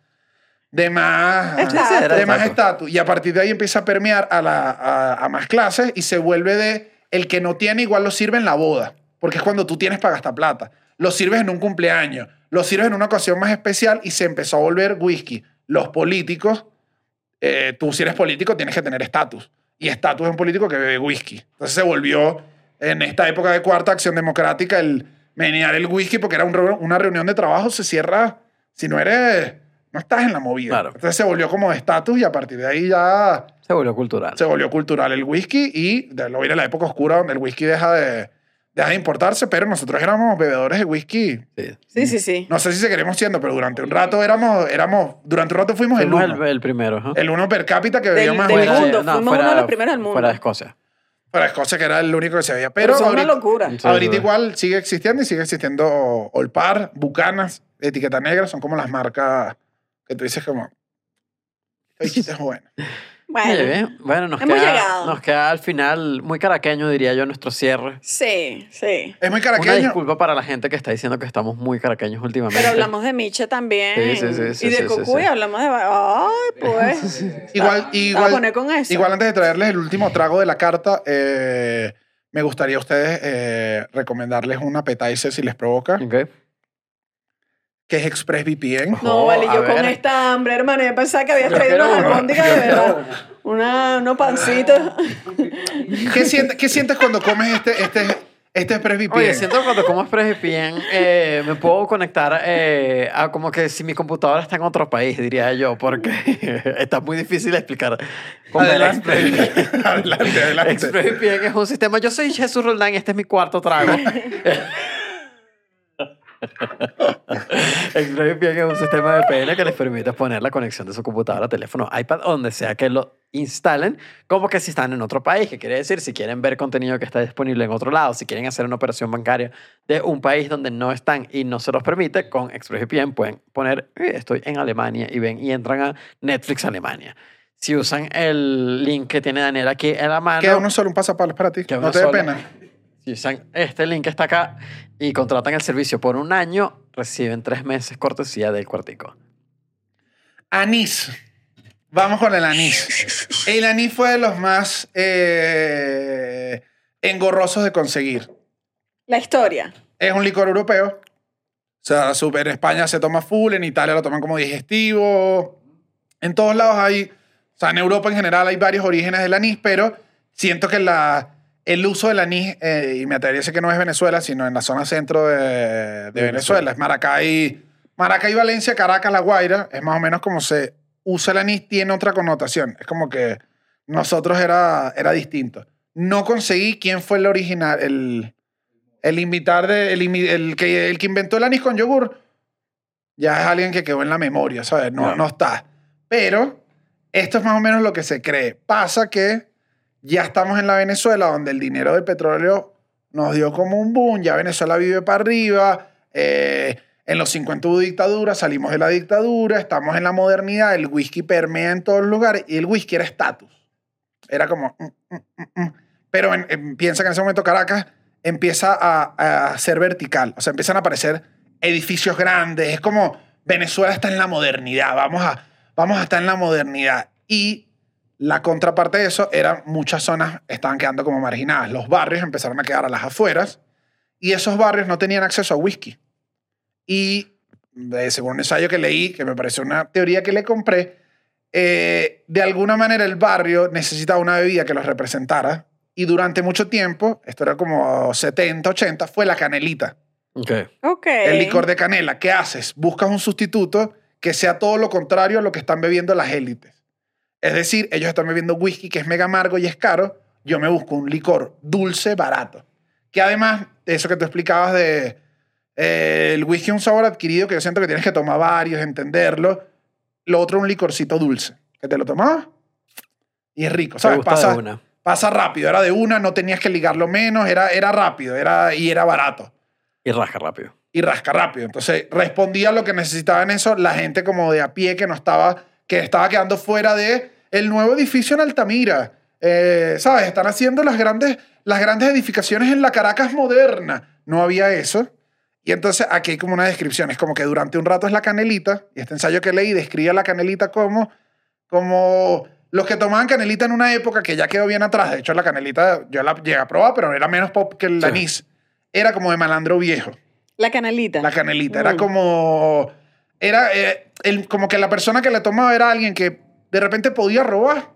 A: De más,
C: Estatus. Sí, sí,
E: era
A: de más
E: estatus.
A: estatus. Y a partir de ahí empieza a permear a, la, a, a más clases y se vuelve de el que no tiene igual lo sirve en la boda. porque es cuando tú tienes para gastar plata. Lo sirves en un cumpleaños, lo sirves en una ocasión más especial y se empezó a volver whisky. Los políticos, eh, tú si eres político tienes que tener estatus. Y estatus es un político que bebe whisky. Entonces se volvió en esta época de cuarta acción democrática el menear el whisky porque era un reu- una reunión de trabajo, se cierra si no eres, no estás en la movida.
E: Claro.
A: Entonces se volvió como estatus y a partir de ahí ya
E: Se volvió cultural.
A: se volvió cultural el whisky y de- lo viene la época oscura donde el whisky deja de, deja de importarse, pero nosotros éramos bebedores de whisky.
E: Sí.
C: Sí, sí, sí.
A: No sé si seguiremos siendo, pero durante un rato éramos, éramos durante un rato fuimos el
E: Fuimos el,
A: uno.
E: el primero. ajá.
A: El uno per cápita que bebía
C: Del-
A: más
C: del
A: whisky.
C: mundo. fuimos uno de los primeros del mundo.
E: Fuera de Escocia.
A: Para Escocia, que era el único que se veía.
C: Pero,
A: Pero,
C: eso es una
A: ahorita-
C: locura.
E: Sí,
A: Ahorita
E: sí.
A: igual sigue existiendo y sigue existiendo Olpar, Bucanas, Etiqueta Negra, son como las marcas que tú dices como... "Ay, chiste es bueno.
E: Oye,
C: Bueno,
E: bien. Bueno, nos
C: Hemos
E: queda,
C: llegado.
E: nos queda al final muy caraqueño, diría yo, nuestro cierre.
C: sí, sí.
A: Es muy
E: Una
A: caraqueño.
E: disculpa para la gente que está diciendo que estamos muy caraqueños últimamente.
C: Pero hablamos de Miche también.
E: Sí, sí, sí, sí,
C: y de
E: sí, sí,
C: Cocuy
E: sí.
C: hablamos de... Ay, pues.
E: Ah,
A: Igual,
C: Voy a
A: igual,
C: poner con eso.
A: igual antes de traerles el último trago de la carta, eh, me gustaría a ustedes eh, recomendarles un appetizer si les provoca,
E: Ok.
A: que es ExpressVPN.
C: No,
E: Oh,
C: vale,
E: a
C: yo con
E: ver.
C: esta hambre, hermano, yo pensaba que habías
E: Yo
C: traído
E: quiero
C: unas
E: uno.
C: albóndigas de verdad. Una, unos pancitos.
A: ¿Qué sientes, ¿Qué sientes cuando comes este, este, este ExpressVPN?
E: Oye, siento que cuando como ExpressVPN eh, me puedo conectar eh, a como que si mi computadora está en otro país, diría yo, porque está muy difícil explicar. cómo era
A: Adelante.
E: ExpressVPN.
A: Adelante, adelante.
E: ExpressVPN es un sistema. Yo soy Jesús Roldán y este es mi cuarto trago. ExpressVPN es un sistema de VPN que les permite poner la conexión de su computadora, teléfono, iPad, donde sea que lo instalen, como que si están en otro país, que quiere decir si quieren ver contenido que está disponible en otro lado, si quieren hacer una operación bancaria de un país donde no están y no se los permite, con ExpressVPN pueden poner "Eh, estoy en Alemania y ven y entran a Netflix Alemania. Si usan el link que tiene Daniel aquí en la mano,
A: Queda uno solo, un pasapalos para ti.
E: Ah, Queda
A: No
E: uno
A: te dé
E: solo.
A: pena.
E: si usan este link que está acá y contratan el servicio por un año, reciben tres meses cortesía del cuartico.
A: Anís. Vamos con el anís. El anís fue de los más eh, engorrosos de conseguir.
C: La historia.
A: Es un licor europeo. O sea, super- en España se toma full, en Italia lo toman como digestivo. En todos lados hay, o sea, en Europa en general hay varios orígenes del anís, pero siento que la, el uso del anís, eh, y me atrevería a decir que no es Venezuela, sino en la zona centro de, de Venezuela. es Maracay, Maracay, Valencia, Caracas, La Guaira, es más o menos como se usa el anís, tiene otra connotación. Es como que nosotros era, era distinto. No conseguí quién fue el original, el, el invitar de, el, inmi- el que, el que inventó el anís con yogur, ya es alguien que quedó en la memoria, ¿sabes? No,
E: Claro.
A: no está. Pero esto es más o menos lo que se cree. Pasa que ya estamos en la Venezuela donde el dinero del petróleo nos dio como un boom, ya Venezuela vive para arriba, eh, en los 50 hubo dictadura, salimos de la dictadura, estamos en la modernidad, el whisky permea en todos lugares y el whisky era estatus. Era como... mm, mm, mm, mm. Pero en- en- piensa que en ese momento Caracas empieza a, a ser vertical, o sea, empiezan a aparecer edificios grandes, es como Venezuela está en la modernidad, vamos a, vamos a estar en la modernidad. Y la contraparte de eso era muchas zonas estaban quedando como marginadas. Los barrios empezaron a quedar a las afueras y esos barrios no tenían acceso a whisky. Y eh, según un ensayo que leí, que me pareció una teoría que le compré, eh, de alguna manera el barrio necesitaba una bebida que los representara. Y durante mucho tiempo, esto era como 70, 80, fue la canelita.
E: Ok.
C: Ok.
A: El licor de canela, ¿qué haces? Buscas un sustituto que sea todo lo contrario a lo que están bebiendo las élites. Es decir, ellos están bebiendo whisky que es mega amargo y es caro. Yo me busco un licor dulce, barato. Que además, eso que tú explicabas de eh, el whisky es un sabor adquirido que yo siento que tienes que tomar varios, entenderlo. Lo otro, un licorcito dulce, que te lo tomabas y es rico.
E: Se
A: ¿Sabes?
E: gusta
A: Pasa-
E: de una.
A: pasa rápido, era de una, no tenías que ligarlo menos, era, era rápido era, y era barato
E: Y rasca rápido.
A: y rasca rápido. Entonces respondía a lo que necesitaba en eso la gente como de a pie que no estaba, que estaba quedando fuera de el nuevo edificio en Altamira. Eh, ¿Sabes? Están haciendo las grandes, las grandes edificaciones en la Caracas moderna. No había eso. Y entonces aquí hay como una descripción. Es como que durante un rato es la canelita. Y este ensayo que leí describe a la canelita como, como los que tomaban canelita en una época que ya quedó bien atrás. De hecho, la canelita yo la llegué a probar, pero era menos pop que el
E: Sí.
A: anís era como de malandro viejo.
C: La canalita.
A: La canelita. Era como. Era eh, el- como que la persona que la tomaba era alguien que de repente podía robar.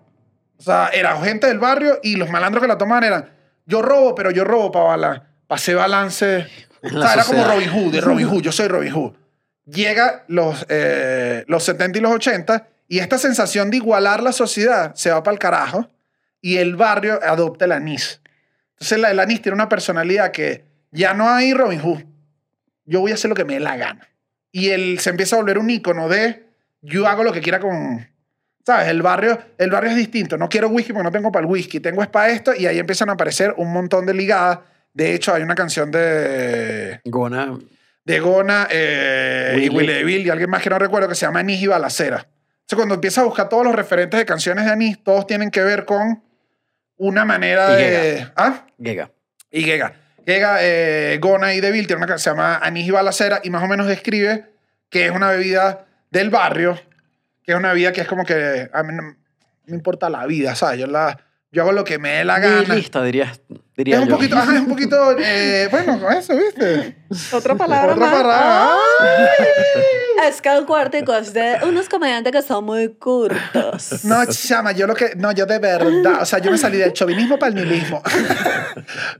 A: O sea, era gente del barrio y los malandros que la tomaban eran: yo robo, pero yo robo para hacer balance. O
E: En la
A: sea, era como Robin
E: sociedad.
A: Hood, de Robin Hood. Yo soy Robin Hood. Llega los, eh, los 70 y los 80 y esta sensación de igualar la sociedad se va para el carajo y el barrio adopta el anís. Entonces, la, el anís tiene una personalidad que ya no hay Robin Hood yo voy a hacer lo que me dé la gana. Y él se empieza a volver un ícono de yo hago lo que quiera con... ¿Sabes? El barrio, el barrio es distinto. No quiero whisky porque no tengo para el whisky. Tengo es para esto y ahí empiezan a aparecer un montón de ligadas. De hecho, hay una canción de,
E: Gona.
A: de Gona eh, y
E: Willy.
A: Willy Deville y alguien más que no recuerdo que se llama Anís y Balacera. Entonces, cuando empiezas a buscar todos los referentes de canciones de Anís, todos tienen que ver con una manera
E: Y
A: de... ¿Ah?
E: Giga.
A: Y Gega. Gega, eh, Gona y Deville tiene una que se llama Anís y Balacera y más o menos describe que es una bebida del barrio, que es una bebida que es como que a mí no me importa la vida, ¿sabes? Yo, la, yo hago lo que me dé la gana.
E: Nihilista, dirías. Diría
A: Es un
E: yo.
A: poquito, ajá, es un poquito, eh, bueno, con eso, ¿viste?
C: Otra palabra
A: Otra
C: más.
A: parada.
C: Ah, Es que el cuartico es de unos comediantes que son muy curtos.
A: No, chama, yo lo que. No, yo de verdad. O sea, yo me salí del chauvinismo para el nihilismo.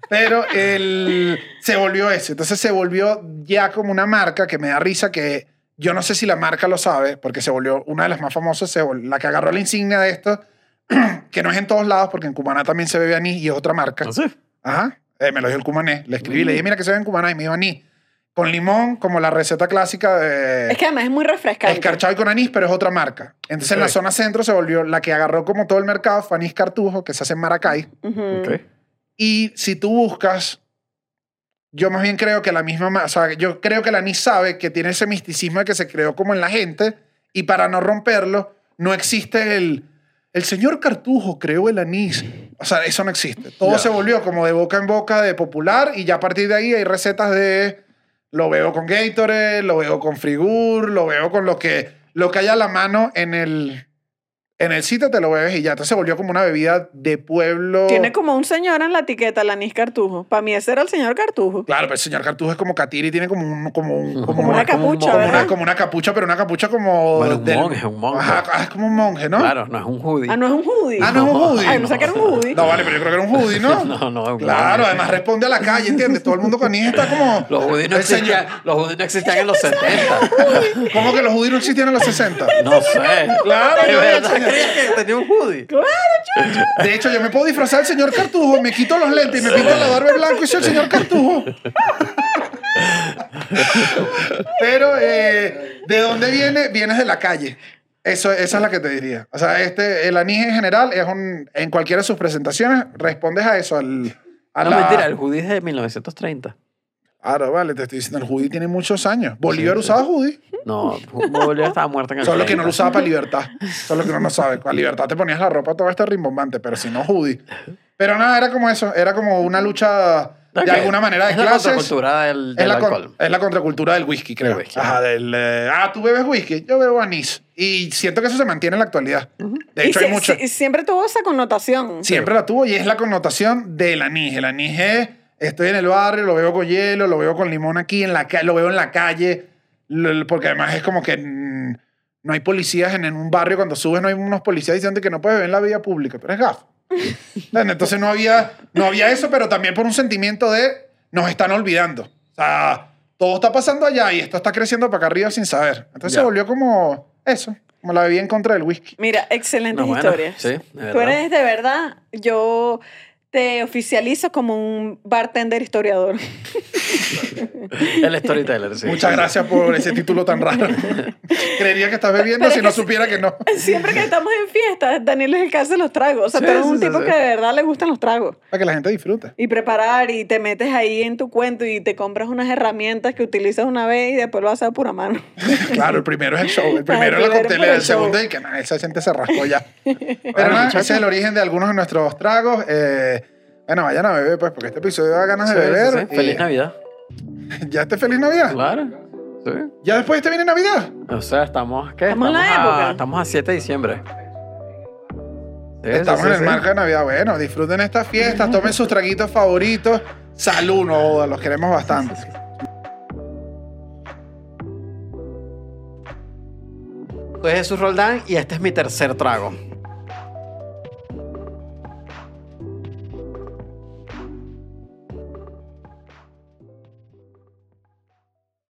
A: Pero él se volvió eso. Entonces se volvió ya como una marca que me da risa que yo no sé si la marca lo sabe, porque se volvió una de las más famosas, se vol- la que agarró la insignia de esto, que no es en todos lados, porque en Cumaná también se bebe anís y es otra marca.
E: No sé.
A: Ajá. Eh, me lo dijo el cumané. Le escribí, le dije, mira que se ve en Cumaná y me dijo anís. Con limón, como la receta clásica de.
C: Es que además es muy refrescante.
A: Escarchado y con anís, pero es otra marca. Entonces en la
E: Ok.
A: zona centro se volvió la que agarró como todo el mercado fue Anís Cartujo, que se hace en Maracay.
C: Ujú.
E: Ok.
A: Y si tú buscas, yo más bien creo que la misma, ma- o sea, yo creo que el anís sabe que tiene ese misticismo de que se creó como en la gente y para no romperlo, no existe el, el señor Cartujo creó el anís. O sea, eso no existe. Todo
E: Ya.
A: se volvió como de boca en boca, de popular y ya a partir de ahí hay recetas de lo veo con Gatorade, lo veo con Frigur, lo veo con lo que, lo que haya a la mano en el, en el sitio, te lo bebes y ya. Entonces se volvió como una bebida de pueblo.
C: Tiene como un señor en la etiqueta, la Anís Cartujo. Para mí ese era el señor Cartujo.
A: Claro, pero el señor Cartujo es como Katiri, tiene como, un, como, un- como,
C: Como
A: una,
C: una capucha,
A: como una-
C: ¿verdad?
A: como una capucha, pero una capucha como...
E: Bueno, un
A: del-
E: monje, un monje.
A: Ajá, ah, es como un monje, ¿no?
E: Claro, no es un hoodie.
C: Ah, no es un hoodie.
A: Ah, no es un hoodie.
C: Ay, no sé que era un hoodie.
A: No, vale, pero yo creo que era un hoodie, ¿no?
E: No, no, es un
A: Claro,
E: monje.
A: además responde a la calle, ¿entiendes? Todo el mundo con niña está como...
E: Los judíos no
A: el señor-
E: existían, los judíos no existían en los 70.
A: ¿Cómo que los judíos no existían en los 60?
E: No sé.
A: Claro,
E: De
A: yo
E: verdad
A: he hecho-
E: creía que tenía un hoodie.
A: De hecho, yo me puedo disfrazar del señor Cartujo, me quito los lentes y me pinto la barba de blanco y soy el señor Cartujo. Pero, eh, ¿de dónde viene? Vienes de la calle. Eso, esa es la que te diría. O sea, este, el anís en general, es un, en cualquiera de sus presentaciones, respondes a eso. Al, a
E: No,
A: la-
E: mentira, el hoodie es de 1930.
A: Ahora, vale, te estoy diciendo, el judí tiene muchos años. Bolívar usaba judí,
E: No, Bolívar estaba muerta en el
A: solo que no lo
E: 30.
A: usaba para libertad. Solo que uno no sabe. Para libertad te ponías la ropa toda esta rimbombante, pero si no judí. Pero nada, era como eso. Era como una lucha de
E: Ok.
A: alguna manera de
E: es
A: clases.
E: la contracultura del,
A: Es
E: del
A: la, con-
E: alcohol.
A: es la contracultura del whisky, creo.
E: Del whisky,
A: Ajá, del, eh, ah, tú bebes whisky, yo bebo anís. Y siento que eso se mantiene en la actualidad. De hecho,
C: y
A: hay
C: si-
A: mucho.
C: si- siempre tuvo esa connotación.
A: Siempre la tuvo y es la connotación del anís. El anís es, estoy en el barrio, lo veo con hielo, lo veo con limón aquí, en la ca- lo veo en la calle, lo- porque además es como que mm, no hay policías en, en un barrio, cuando subes no hay unos policías diciendo que no puedes beber en la vía pública, pero es gafo. Bueno, Entonces no había, no había eso, pero también por un sentimiento de nos están olvidando. O sea, todo está pasando allá y esto está creciendo para acá arriba sin saber. Entonces
E: Ya.
A: se volvió como eso, como la bebida en contra del whisky.
C: Mira, excelentes
E: No, bueno,
C: historias.
E: sí, de verdad.
C: Tú eres de verdad, yo te oficializo como un bartender historiador.
E: El storyteller, sí.
A: Muchas gracias por ese título tan raro. Creería que estás bebiendo
C: Pero
A: si
C: es
A: no
C: que sí.
A: supiera que no.
C: Siempre que estamos en fiestas, Daniel es el que hace los tragos. O sea,
E: Sí,
C: tú eres
E: sí,
C: un
E: sí,
C: tipo
E: sí.
C: que de verdad le gustan los tragos.
A: Para que la gente disfrute.
C: Y preparar, y te metes ahí en tu cuento y te compras unas herramientas que utilizas una vez y después lo haces a pura mano.
A: Claro, el primero es el show. El primero es
C: el
A: la
C: primero
A: coctelera,
C: fue
A: el
C: el show.
A: segundo es el que nada, esa gente se rascó ya. Pero nada, ese es el origen de algunos de nuestros tragos. Eh, bueno, vayan a beber, pues, porque este episodio da ganas
E: Sí,
A: de
E: sí,
A: beber.
E: sí.
A: y-
E: Feliz Navidad.
A: ¿Ya este feliz Navidad?
E: Claro. Sí.
A: ¿Ya después te viene Navidad?
E: O sea, estamos. ¿Qué?
C: Estamos en la
E: a-
C: época.
E: Estamos a 7 de diciembre. Sí,
A: Estamos
E: sí,
A: en
E: sí,
A: el
E: sí.
A: marco de Navidad. Bueno, disfruten estas fiestas, tomen sus traguitos favoritos, Salud, no joda, los queremos bastante.
E: Soy Jesús Roldán y este es mi tercer trago.